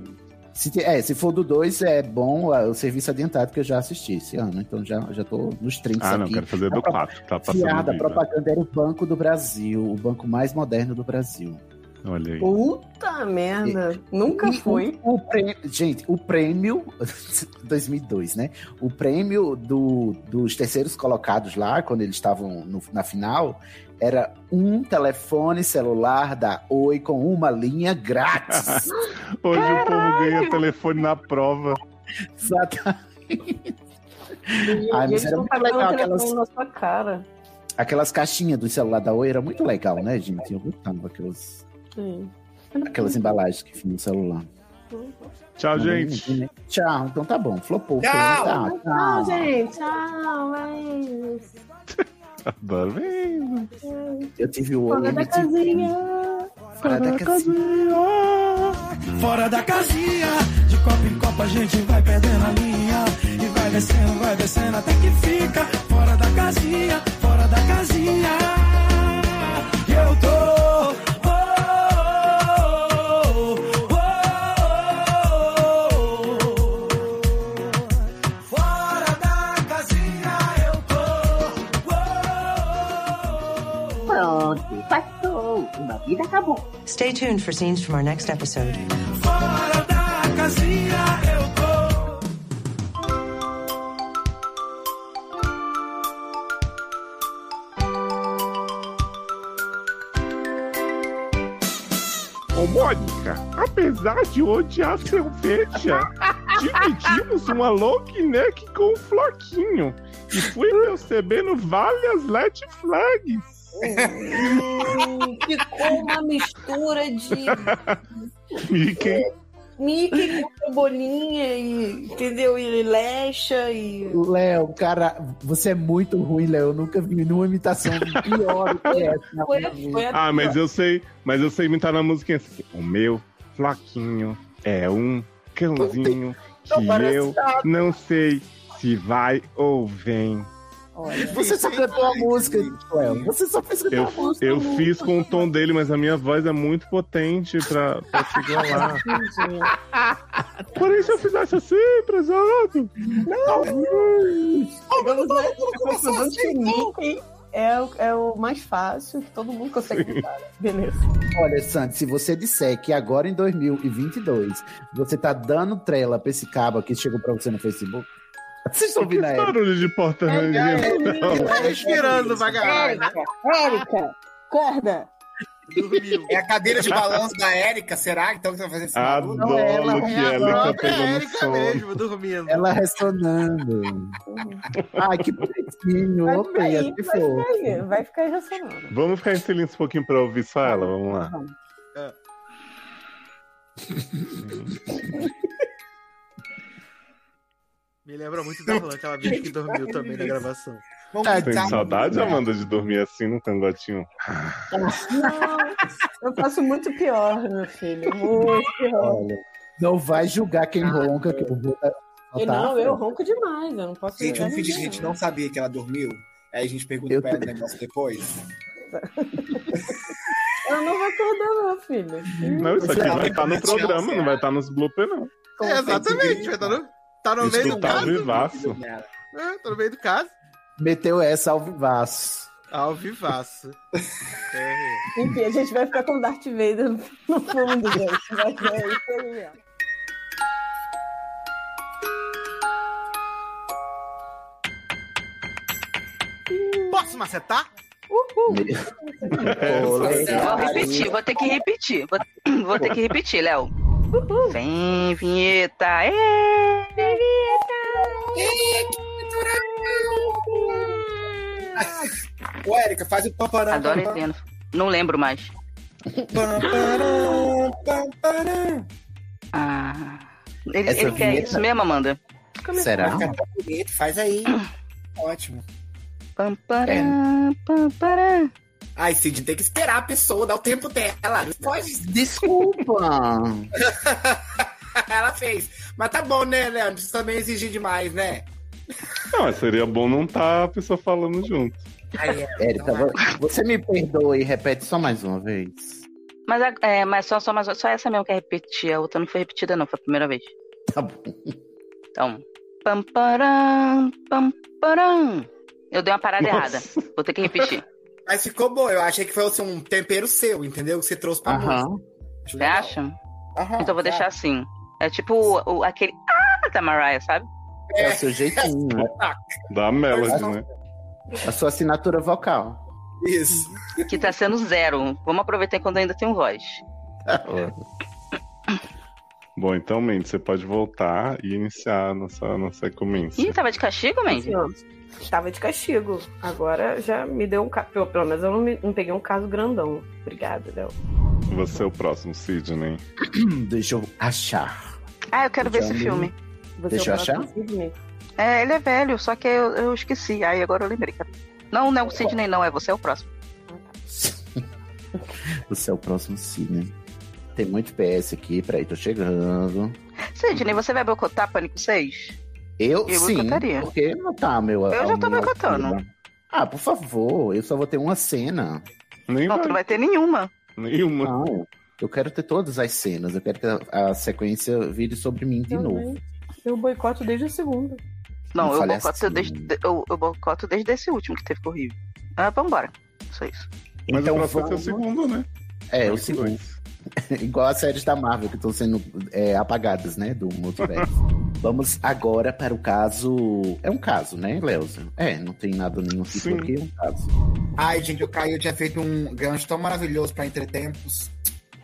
D: Se, te- é, se for do 2, é bom ah, o serviço adiantado que eu já assisti esse ano. Então já, já tô nos 30
A: Ah,
D: aqui.
A: não, quero fazer
D: A
A: do
D: pro-
A: 4. Tá passando.
D: Fiada, a
A: viva.
D: propaganda era o Banco do Brasil, o banco mais moderno do Brasil.
A: Olha aí.
C: Puta
E: Ah,
C: merda. Nunca foi.
D: O, o prêmio, gente, o prêmio 2002, né? O prêmio do, dos terceiros colocados lá, quando eles estavam no- na final, era um telefone celular da Oi com uma linha grátis.
A: Hoje o povo ganha telefone na prova.
D: Exatamente.
C: E
D: Ai,
C: eles
D: mas era
C: estão
D: muito
C: pagando
D: legal
C: o
D: aquelas-
C: telefone um na sua cara.
D: Aquelas caixinhas do celular da Oi era muito legal, né, gente? Eu gostava aquelas,
C: Sim.
D: aquelas embalagens que vinha no celular.
A: Tchau,
D: Não,
A: gente.
D: né? Tchau, então tá bom. Flopou. tá,
C: Tchau.
D: fulano, Tchau,
C: Tchau, Ah, gente. Tchau, é mas...
A: Adoro.
D: Eu tive o
M: Fora da
D: olho. emitido.
M: casinha.
D: Fora da
M: casinha. Fora da casinha. De copa em copa a gente vai perdendo a linha. E vai descendo, vai descendo até que fica. Fora da casinha, fora da casinha. E eu tô. oh, oh, oh, oh. Fora da casinha eu tô.
L: Pronto, passou. Uma vida acabou.
O: Stay tuned for scenes from our next episode.
M: Fora da casinha eu tô.
A: Ô, Mônica, apesar de odiar cerveja, dividimos uma long neck com um floquinho e fui percebendo várias LED flags.
C: Ficou uma mistura de
A: Mickey,
C: Mickey com cebolinha e, entendeu? E lecha e...
D: Léo, cara, você é muito ruim, Léo. Eu nunca vi nenhuma imitação pior do que essa. na
C: Foi-
D: minha vida.
C: foi a
A: Ah, mas eu sei, mas eu sei imitar na musiquinha. assim, O meu floquinho é um cãozinho
D: Não
A: que
D: parece
A: eu
D: nada.
A: não sei se vai ou vem.
D: Você só cantou a música, Léo. Você só fez cantar
A: Eu,
D: a música.
A: eu fiz com o tom dele, mas a minha voz é muito potente pra, pra se igualar. Porém, se eu fizesse assim, prezado.
C: Chegamos na conclusão de que Mickey assim, é, o- é o mais fácil, que todo mundo consegue imitar. Beleza.
D: Olha, Sandy, se você disser que agora em 2022 você tá dando trela pra esse cabo que chegou pra você no Facebook, vocês estão ouvindo a
A: Que
D: Erika?
A: barulho de porta
C: É,
A: rangendo.
G: É
D: Vai
F: Tá respirando, vagabundo.
D: Érica,
C: Érica, acorda!
F: Dormiu.
G: É a cadeira de balanço da Érica, será? Então que tá fazendo esse
A: Adoro
G: barulho? Não, ela-
A: que
G: é a
A: ela tá
G: própria
A: pegando
G: Érica
A: sono.
G: mesmo,
F: dormindo.
D: Ela ressonando. Ai, que assim bonitinho.
P: Vai
D: Opa,
P: ficar aí,
D: que
P: vai
D: fofo.
P: ficar aí, vai ficar aí ressonando.
A: Vamos ficar em silêncio um pouquinho pra ouvir só ela, vamos lá.
F: Me lembra muito da Rolante, aquela bicha que dormiu também na gravação.
A: Tem saudade, Amanda, de dormir assim no cangotinho?
P: Não, eu faço muito pior, meu filho. Muito pior.
D: Olha, não vai julgar quem ronca, que eu vou dar-
P: E
C: Tá,
P: não, eu ronco demais, eu não posso
G: Gente,
P: julgar
G: um vídeo que a
P: ninguém,
G: gente não sabia que ela dormiu. Aí a gente pergunta pra ela o negócio depois.
P: Ela não vai acordar, não, filho.
A: Não, isso aqui vai estar no programa, não vai estar nos bloopers, não.
F: É, exatamente, vai tá no, tá no meio do
A: Escutar o
F: caso.
A: vivaço.
F: É, tá no meio do caso.
D: Meteu essa ao vivaço.
F: Ao vivaço. É.
P: Enfim, a gente vai ficar com o Darth Vader no fundo, gente. Vai ser isso aí, ó.
F: Posso macetar?
P: Uhul!
B: Vou repetir, vou ter que repetir. Vou, vou ter que repetir, Léo. Sem vinheta. ê!
G: Ô, Érica, faz o pamparão.
B: Adoro Helena. Não lembro mais. Ah, ele,
G: Essa
B: ele quer
G: vinheta-
B: isso mesmo, Amanda?
D: Será?
G: Vai ficar tão bonito, Faz aí. Ótimo.
B: Pam, param, pam, param.
G: Ai, Cid, tem que esperar a pessoa dar o tempo dela. Não Pode.
D: Desculpa.
G: Ela fez. Mas tá bom, né, Léo? Não precisa também exigir demais, né?
A: Não, mas seria bom não estar a pessoa falando junto.
G: Aí, é.
D: Érica, vo- você me perdoa e repete só mais uma vez.
B: Mas, a- é, mas só, só, mas só essa mesmo que é repetir. A outra não foi repetida, não. Foi a primeira vez.
D: Tá bom.
B: Então. Pam, param, pam, param. Eu dei uma parada
G: Nossa.
B: Tá errada. Vou ter que repetir.
G: Mas ficou bom. Eu achei que foi assim, um tempero seu, entendeu? Que você trouxe pra
B: Aham.
G: música.
B: Você acha?
G: Aham,
B: então eu vou deixar
G: claro.
B: assim. É tipo o, o- aquele. Ah, da Mariah, sabe?
D: É o seu jeitinho, né?
A: Da Melody, né?
D: A sua assinatura vocal.
G: Isso.
B: Que tá sendo zero. Vamos aproveitar enquanto ainda tem um voz.
A: Bom, então, Mendes, você pode voltar e iniciar a nossa, a nossa comência.
B: Ih, tava de castigo, Mandy?
C: Tava de castigo. Agora já me deu um caso. Pelo menos eu não, me- não peguei um caso grandão. Obrigada, Léo.
A: Você é o próximo, Sidney.
D: Hum, Deixa eu achar.
B: Ah, eu quero ver esse filme.
D: Deixa eu achar?
B: É, ele é velho, só que eu, eu esqueci. Aí agora eu lembrei. cara. Não, não é o Sidney, não. É você, é o próximo.
D: Você é o próximo Sidney. Tem muito PS aqui, peraí, tô chegando.
B: Sidney, você vai boicotar Pânico 6?
D: Eu,
B: Eu
D: sim,
B: boicotaria.
D: porque não tá, meu.
B: Eu já tô
D: meu-
B: boicotando.
D: Ah, por favor, eu só vou ter uma cena.
B: não, tu não vai ter nenhuma.
A: Nenhuma.
D: Não, eu quero ter todas as cenas, eu quero que a, a sequência vire sobre mim de novo.
C: Eu boicoto desde a segunda.
B: Não,
D: Não assim.
B: eu
D: fale
B: boicoto, desde, eu, eu boicoto desde esse último que teve com o Rio. Ah, vambora. Só isso.
A: Mas o próximo é o segundo, né?
D: então É, o segundo. Igual as séries da Marvel que estão sendo é, apagadas, né? Do multiverso. Vamos agora para o caso. É um caso, né, Leoza? É, não tem nada nenhum
G: Sim.
D: tipo aqui, é um caso.
G: Ai, gente, eu caí. Eu tinha feito um gancho tão maravilhoso pra entretempos.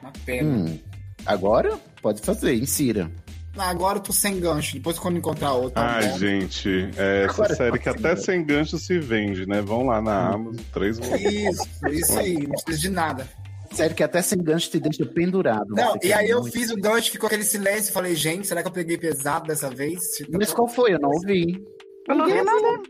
G: Uma pena.
D: Hum, agora pode fazer, insira.
G: Ah, Agora eu tô sem gancho. Depois quando encontrar outro. tá
A: Ai, gente, é essa
G: Agora
A: série que
G: tá
A: até
G: sendo.
A: sem gancho se vende, né? Vão lá na Amazon, três volumes.
G: Isso, isso aí. Não precisa de nada.
D: Sério que até sem gancho te deixa pendurado.
G: Não,
D: Você
G: e
D: quer
G: aí eu
D: muito.
G: fiz o gancho, ficou aquele silêncio. Falei, gente, será que eu peguei pesado dessa vez? Tipo,
D: Mas qual foi? Eu não ouvi.
B: Eu não vi nada.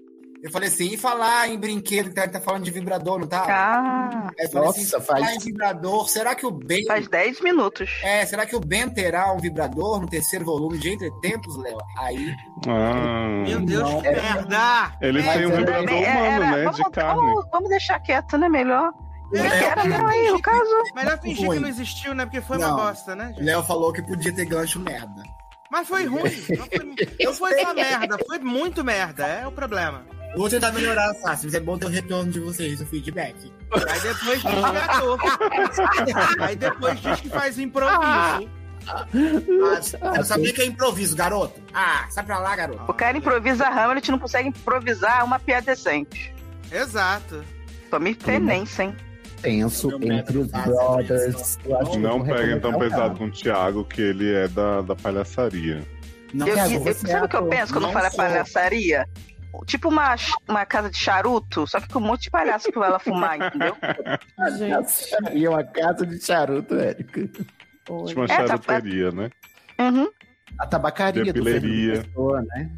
G: Eu falei assim, e falar em brinquedo, que tá falando de vibrador, não tá?
B: Ah.
G: Aí eu falei
D: Nossa,
G: falar
D: faz-
G: em vibrador, será que o Ben...
B: Faz 10 minutos.
G: É, será que o Ben terá um vibrador no terceiro volume de Entretempos, Léo? Aí...
A: Ah,
G: Meu Deus, que
F: merda!
A: Ele
G: Mas
A: tem um
B: é,
G: era-
A: vibrador
G: era-
A: humano, né?
B: vamos,
A: de carne. É.
B: Vamos, vamos deixar quieto, né? Melhor.
G: É,
B: Era melhor aí, o caso.
F: Melhor fingir
G: Ruim.
F: que não existiu, né? Porque foi
G: Não.
F: uma bosta, né? gente?
G: Léo falou que podia ter gancho merda.
F: Mas foi ruim.
G: É.
F: Não foi- Não foi uma merda, foi muito merda. É o problema.
G: Vou tentar melhorar, Sassi, mas é bom ter o retorno de vocês, o feedback.
F: Aí depois diz que é ator. Aí depois diz que faz um improviso.
G: eu sabia que é improviso, garoto. Ah, sai pra lá, garoto.
B: O cara improvisa Hamlet não consegue improvisar uma piada decente.
F: Exato.
B: Tome tenência, hein?
D: tenso entre os brothers. Eu acho que eu
A: Não
D: vou
A: peguem
D: recomendar
A: tão
D: um o
A: pesado com o Thiago, que ele é da, da palhaçaria.
B: Eu- eu- sabe o que eu penso quando
D: é Não
B: fala
D: sou.
B: palhaçaria? Tipo uma, ch- uma casa de charuto, só que com um monte de palhaço que vai lá fumar, entendeu?
D: Gente. E é uma casa de charuto, Érica.
A: Tipo uma charuteria, né?
B: Uhum.
D: A tabacaria do
A: Depileria.
D: Fernando Pessoa, né?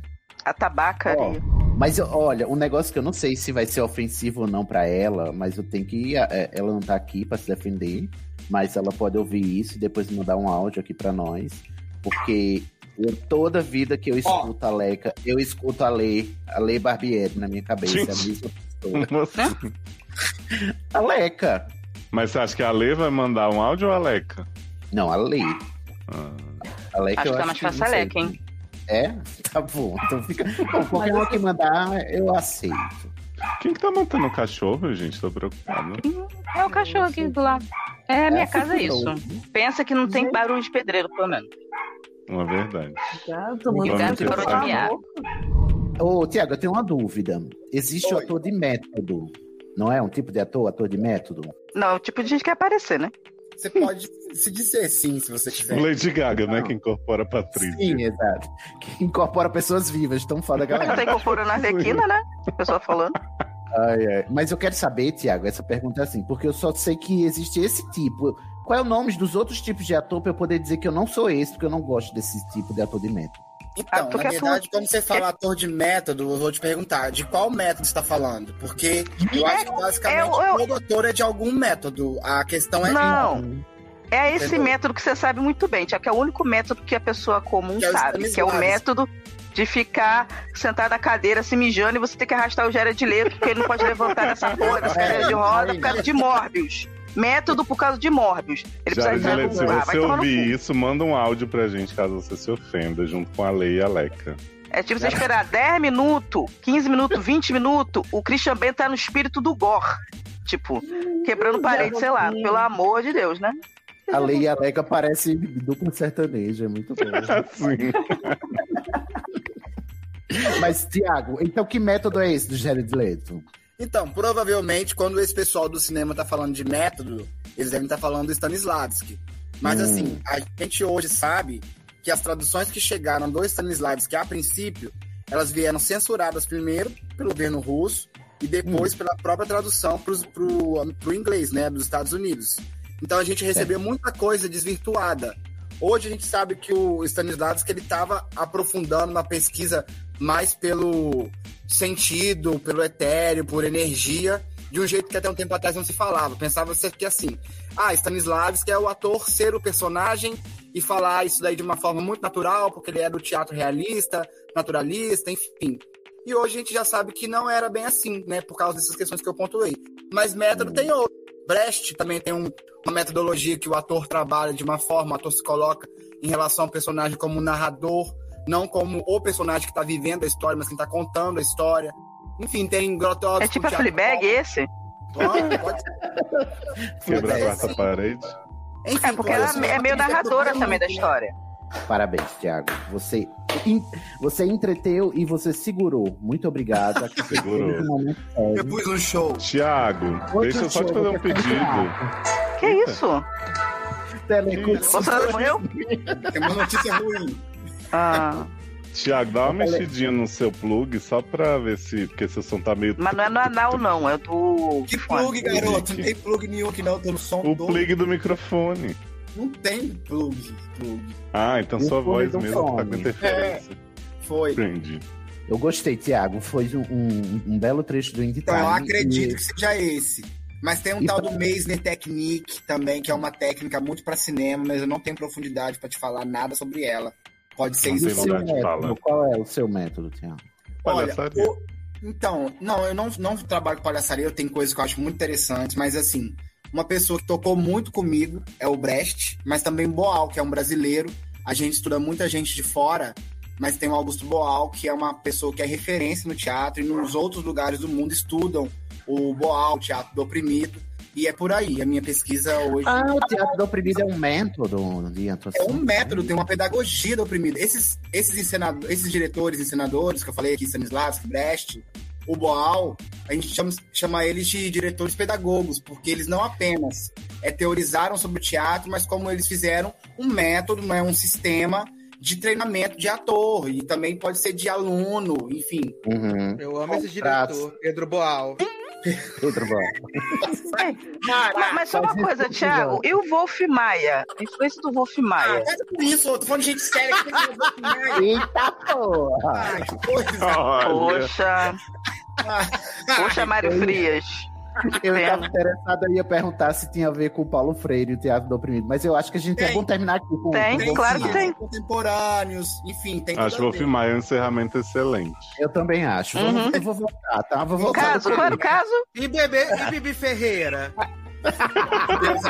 B: A tabacaria.
D: Mas eu- olha, um negócio que eu não sei se vai ser ofensivo ou não pra ela, mas eu tenho que. é, Ela não tá aqui pra se defender, mas ela pode ouvir isso e depois mandar um áudio aqui pra nós, porque eu- toda vida que eu escuto a Leca, eu escuto a Lei, a Lei Barbieri na minha cabeça, é a
A: Gente.
D: mesma pessoa. a Leca.
A: Mas você acha que a Lê vai mandar um áudio ou a Leca? Ah.
D: Não, a Lê. A Leca
B: Acho
D: eu
B: que tá mais fácil a
D: não sei.
B: Leca, hein?
D: É? Tá bom. Então fica. Bom, qualquer uma que mandar, eu aceito.
A: Quem que tá matando o cachorro, gente? Tô preocupado.
B: É o cachorro aqui do lado. É, a minha
A: É,
B: casa é isso. Pensa que não tem barulho de pedreiro, pelo menos.
A: Não é verdade.
E: Já
B: tomando Gato banho. parou de
D: Vamos
B: miar.
D: pensar. Ô, Tiago, eu tenho uma dúvida. Existe o ator de método, não é? Um tipo de ator, ator de método?
B: Não, é o tipo de gente que quer aparecer, né?
G: Você pode se dizer sim, se você quiser.
A: Lady Gaga, né? Que incorpora a Patrícia.
D: Sim, exato. Que incorpora pessoas vivas, tão foda, é. galera.
B: Tá incorporando a Arlequina, né? O pessoal falando.
D: Ai, ai. Mas eu quero saber, Tiago, essa pergunta é assim, porque eu só sei que existe esse tipo. Qual é o nome dos outros tipos de ator pra eu poder dizer que eu não sou esse, porque eu não gosto desse tipo de ator de método?
G: Então, na verdade, quando você fala ator de método, eu vou te perguntar de qual método você está falando. Porque eu acho que basicamente todo ator é de algum método. A questão é.
B: Não. É esse
G: Entendeu?
B: método que você sabe muito bem, Tiago, que é o único método que a pessoa comum
G: Que é o
B: sabe, que é o
G: escravizado.
B: método de ficar sentado na cadeira se mijando e você tem que arrastar o Jared de leito, porque ele não pode levantar dessa porra, dessa cadeira de roda, por causa de Morbius. Método por causa de Morbius. Ele precisa
A: Jared
B: entrar
A: Leto,
B: no
A: se
B: ah,
A: você
B: vai tomar no
A: ouvir
B: cu.
A: isso, manda um áudio pra gente caso você se ofenda, junto com a Lei e a Leca.
B: É tipo você esperar 10 minutos, 15 minutos, 20 minutos, o Christian Bale tá no espírito do gore. Tipo, quebrando parede, sei lá, pelo amor de Deus, né?
D: A Lei e a Leca parece dupla sertaneja, é muito bom.
A: Sim.
D: Mas, Tiago, então que método é esse do Jared Leto?
G: Então, provavelmente, quando esse pessoal do cinema tá falando de método, eles devem estar falando do Stanislavski. Mas
D: Hum.
G: assim, a gente hoje sabe que as traduções que chegaram do Stanislavski a princípio, elas vieram censuradas primeiro pelo governo russo e depois pela própria tradução pros, pro, pro inglês, né, dos Estados Unidos. Então a gente recebeu muita coisa desvirtuada. Hoje a gente sabe que o Stanislavski ele estava aprofundando uma pesquisa mais pelo sentido, pelo etéreo, por energia, de um jeito que até um tempo atrás não se falava. Pensava se que assim, ah, Stanislavski é o ator ser o personagem e falar isso daí de uma forma muito natural, porque ele é do teatro realista, naturalista, enfim. E hoje a gente já sabe que não era bem assim, né? Por causa dessas questões que eu pontuei. Mas método tem outro. Brecht também tem um- uma metodologia que o ator trabalha de uma forma, o ator se coloca em relação ao personagem como narrador, não como o personagem que está vivendo a história, mas quem está contando a história. Enfim, tem Grotowski.
B: É tipo
G: o
B: a
G: teatro-
B: Fleabag esse?
G: Pode- pode ser.
A: Quebra a
G: Mas é
A: quarta parede.
B: É porque ela é meio narradora também da história.
D: Parabéns, Tiago. Você, en- você entreteu e você segurou. Muito obrigado. Aqui foi
A: Segurou.
D: um momento sério.
G: Eu pus um show.
A: Tiago,
D: Outro
A: deixa eu só
D: show,
A: te fazer um
D: vou ter que
A: pedido.
B: Que isso?
D: Telecurso.
B: Bolsonaro morreu?
G: É uma notícia ruim.
B: Ah,
A: Tiago, dá uma
B: Eu falei-
A: mexidinha no seu plug só pra ver se. Porque seu som tá meio.
B: mas não é no anal, não, é do. Que
G: Plug, garoto. Não tem plug nenhum que não. Tem no som
A: O
G: todo.
A: plug do microfone.
G: Não tem plug. plug. É.
A: Ah, então
D: O
A: sua
D: plug
A: voz
D: do
A: mesmo tá com
D: fone.
A: interferência.
G: Foi.
A: Entendi.
D: Eu gostei, Tiago. Foi um, um- um belo trecho do Indie
G: Então, eu
D: Time.
G: acredito
D: E-
G: que seja esse. Mas tem um tal do Meisner Technique também, que é uma técnica muito pra cinema, mas eu não tenho profundidade pra te falar nada sobre ela. Pode ser
D: E
G: isso.
D: o seu método, qual é o seu método, Tiago?
G: Olha, o- então, não, eu não, não trabalho com palhaçaria, eu tenho coisas que eu acho muito interessantes, mas assim, uma pessoa que tocou muito comigo é o Brecht, mas também Boal, que é um brasileiro. A gente estuda muita gente de fora, mas tem o Augusto Boal, que é uma pessoa que é referência no teatro e nos outros lugares do mundo estudam o Boal, o teatro do oprimido, e é por aí. A minha pesquisa hoje.
D: Ah, o Teatro da Oprimida é um método de
G: É
D: atuação.
G: um método, tem uma pedagogia do oprimido. Esses, esses, encenado- esses diretores, encenadores que eu falei aqui, Stanislavski, Brecht, o Boal, a gente chama, chama eles de diretores pedagogos, porque eles não apenas é, teorizaram sobre o teatro, mas como eles fizeram um método, né, um sistema de treinamento de ator, e também pode ser de aluno, enfim.
D: Uhum.
F: Eu amo esse
G: Contratos.
F: diretor, Pedro Boal.
D: Pedro Boal.
B: Mas, mas só uma coisa, Thiago. E o Wolf Maia? A influência do Wolf Maia.
G: Mas por Ah, isso, eu tô falando de gente séria que tem que fazer
D: Eita porra!
A: Ah,
B: Poxa. Poxa, Mário
D: Eu-
B: Frias.
D: Eu estava interessado, eu ia perguntar se tinha a ver com o Paulo Freire, o Teatro do Oprimido, mas eu acho que a gente é bom terminar aqui com com o Bolsonaro.
G: Contemporâneos, enfim, tem
A: Acho que o
G: tudo a
A: Wolf
G: ver.
A: Maia é um encerramento excelente.
D: Eu também acho.
A: Vamos-
D: Eu vou voltar, tá? Vou voltar.
B: Caso, qual era o caso?
F: E bebê, e Bibi Ferreira?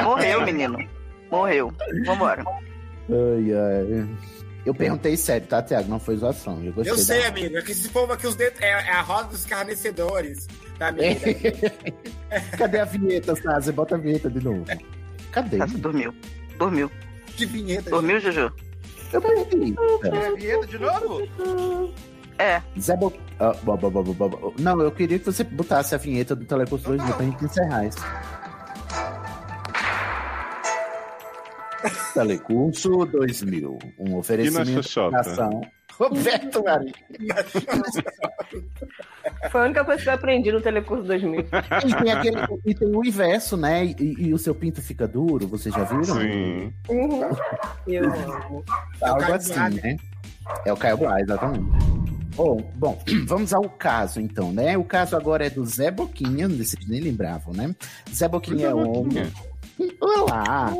B: Morreu, menino. Morreu. Vambora.
D: Ai, ai. Eu perguntei sério, tá, Tiago? Não foi zoação. Eu gostei.
G: Eu sei,
D: da-
G: amigo, é que esse povo aqui, os dedos, é, é a roda dos carnecedores tá, da
D: É.
G: mesa.
D: Cadê a vinheta, Sazi? Bota a vinheta de novo. Cadê?
B: Sazi Tá, dormiu. Dormiu.
G: Que vinheta?
B: Dormiu, Juju?
D: Eu perdi.
F: Vinheta de novo?
B: É.
D: Zé Bo... ah, bo- bo- bo- bo- bo- Não, eu queria que você botasse a vinheta do Telecurso 2000 pra gente encerrar isso. Telecurso 2000, um
A: E na
D: oferecimento
A: Xoxota?
D: da ação. Roberto Marinho.
C: Foi a única coisa que eu aprendi no Telecurso 2000.
D: E tem, aquele, e tem o inverso, né? E, e o seu pinto fica duro, vocês já viram?
A: Sim.
D: né?
C: Uhum. Eu amo.
D: Algo assim, né? É o Caio Blá, exatamente. Oh, bom, vamos ao caso então, né? O caso agora é do Zé Boquinha, vocês nem lembravam, né? Zé Boquinha é um homem. Olá!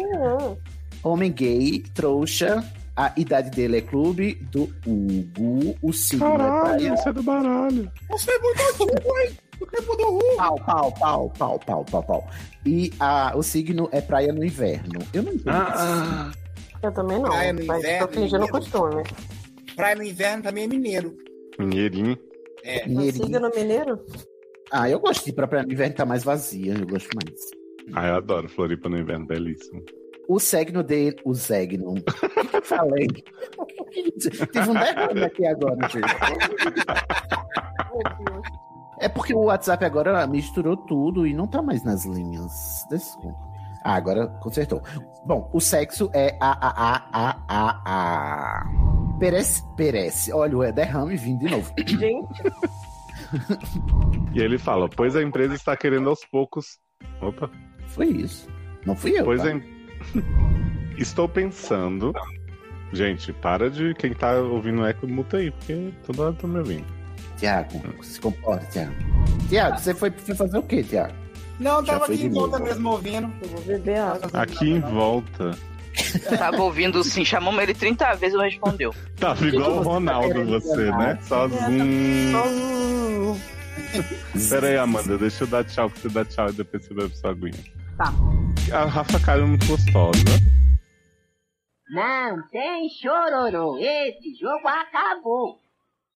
P: É,
D: Homem gay, trouxa, a idade dele é clube do Hugo, o signo é
A: Caralho,
D: Taia.
A: isso é do baralho.
G: Você mudou tudo, hein? Você mudou o rumo.
D: Pau, pau, pau, pau, pau, pau, pau. E a, o signo é praia no inverno. Eu não entendo.
A: Ah,
C: Eu também não.
G: Praia no
C: mas
G: inverno,
C: tô fingindo
G: menino.
C: costume.
G: Praia no inverno também é mineiro.
A: Um Minheirinho.
G: É.
D: Mineirinho.
C: Signo mineiro?
D: Ah, eu gosto de pra praia no inverno, tá mais vazia, eu gosto mais.
A: Ah, eu adoro Floripa no inverno, belíssimo.
D: O signo dele. O signo. O que que eu falei? Tive um derrame aqui agora, gente. É porque o WhatsApp agora misturou tudo e não tá mais nas linhas. Desculpa. Ah, agora consertou. Bom, o sexo é a a a a a a. Perece, perece. Olha, o derrame vindo de novo.
C: Gente,
A: E ele fala, pois a empresa está querendo aos poucos. Opa.
D: Foi isso. Não fui eu.
A: Pois
D: tá?
A: é. Estou pensando. Gente, para de. Quem tá ouvindo eco, muta aí, porque toda hora tô me ouvindo.
D: Tiago, se comporta, Tiago. Tiago, você foi, foi fazer o quê, Tiago?
G: Não,
D: Já
G: tava
D: foi
G: aqui
D: de
G: em volta
D: novo. né?
G: mesmo ouvindo.
C: eu vou beber água.
A: Aqui em volta.
B: Tava ouvindo sim, chamamos ele 30 vezes e não respondeu.
A: Tava igual o Ronaldo, você, né? Sozinho. Pera aí, Amanda, deixa eu dar tchau, que você dá tchau e depois você bebe sua aguinha.
E: Tá.
A: A Rafa Cara é muito gostosa.
L: Não tem chororô, esse jogo acabou.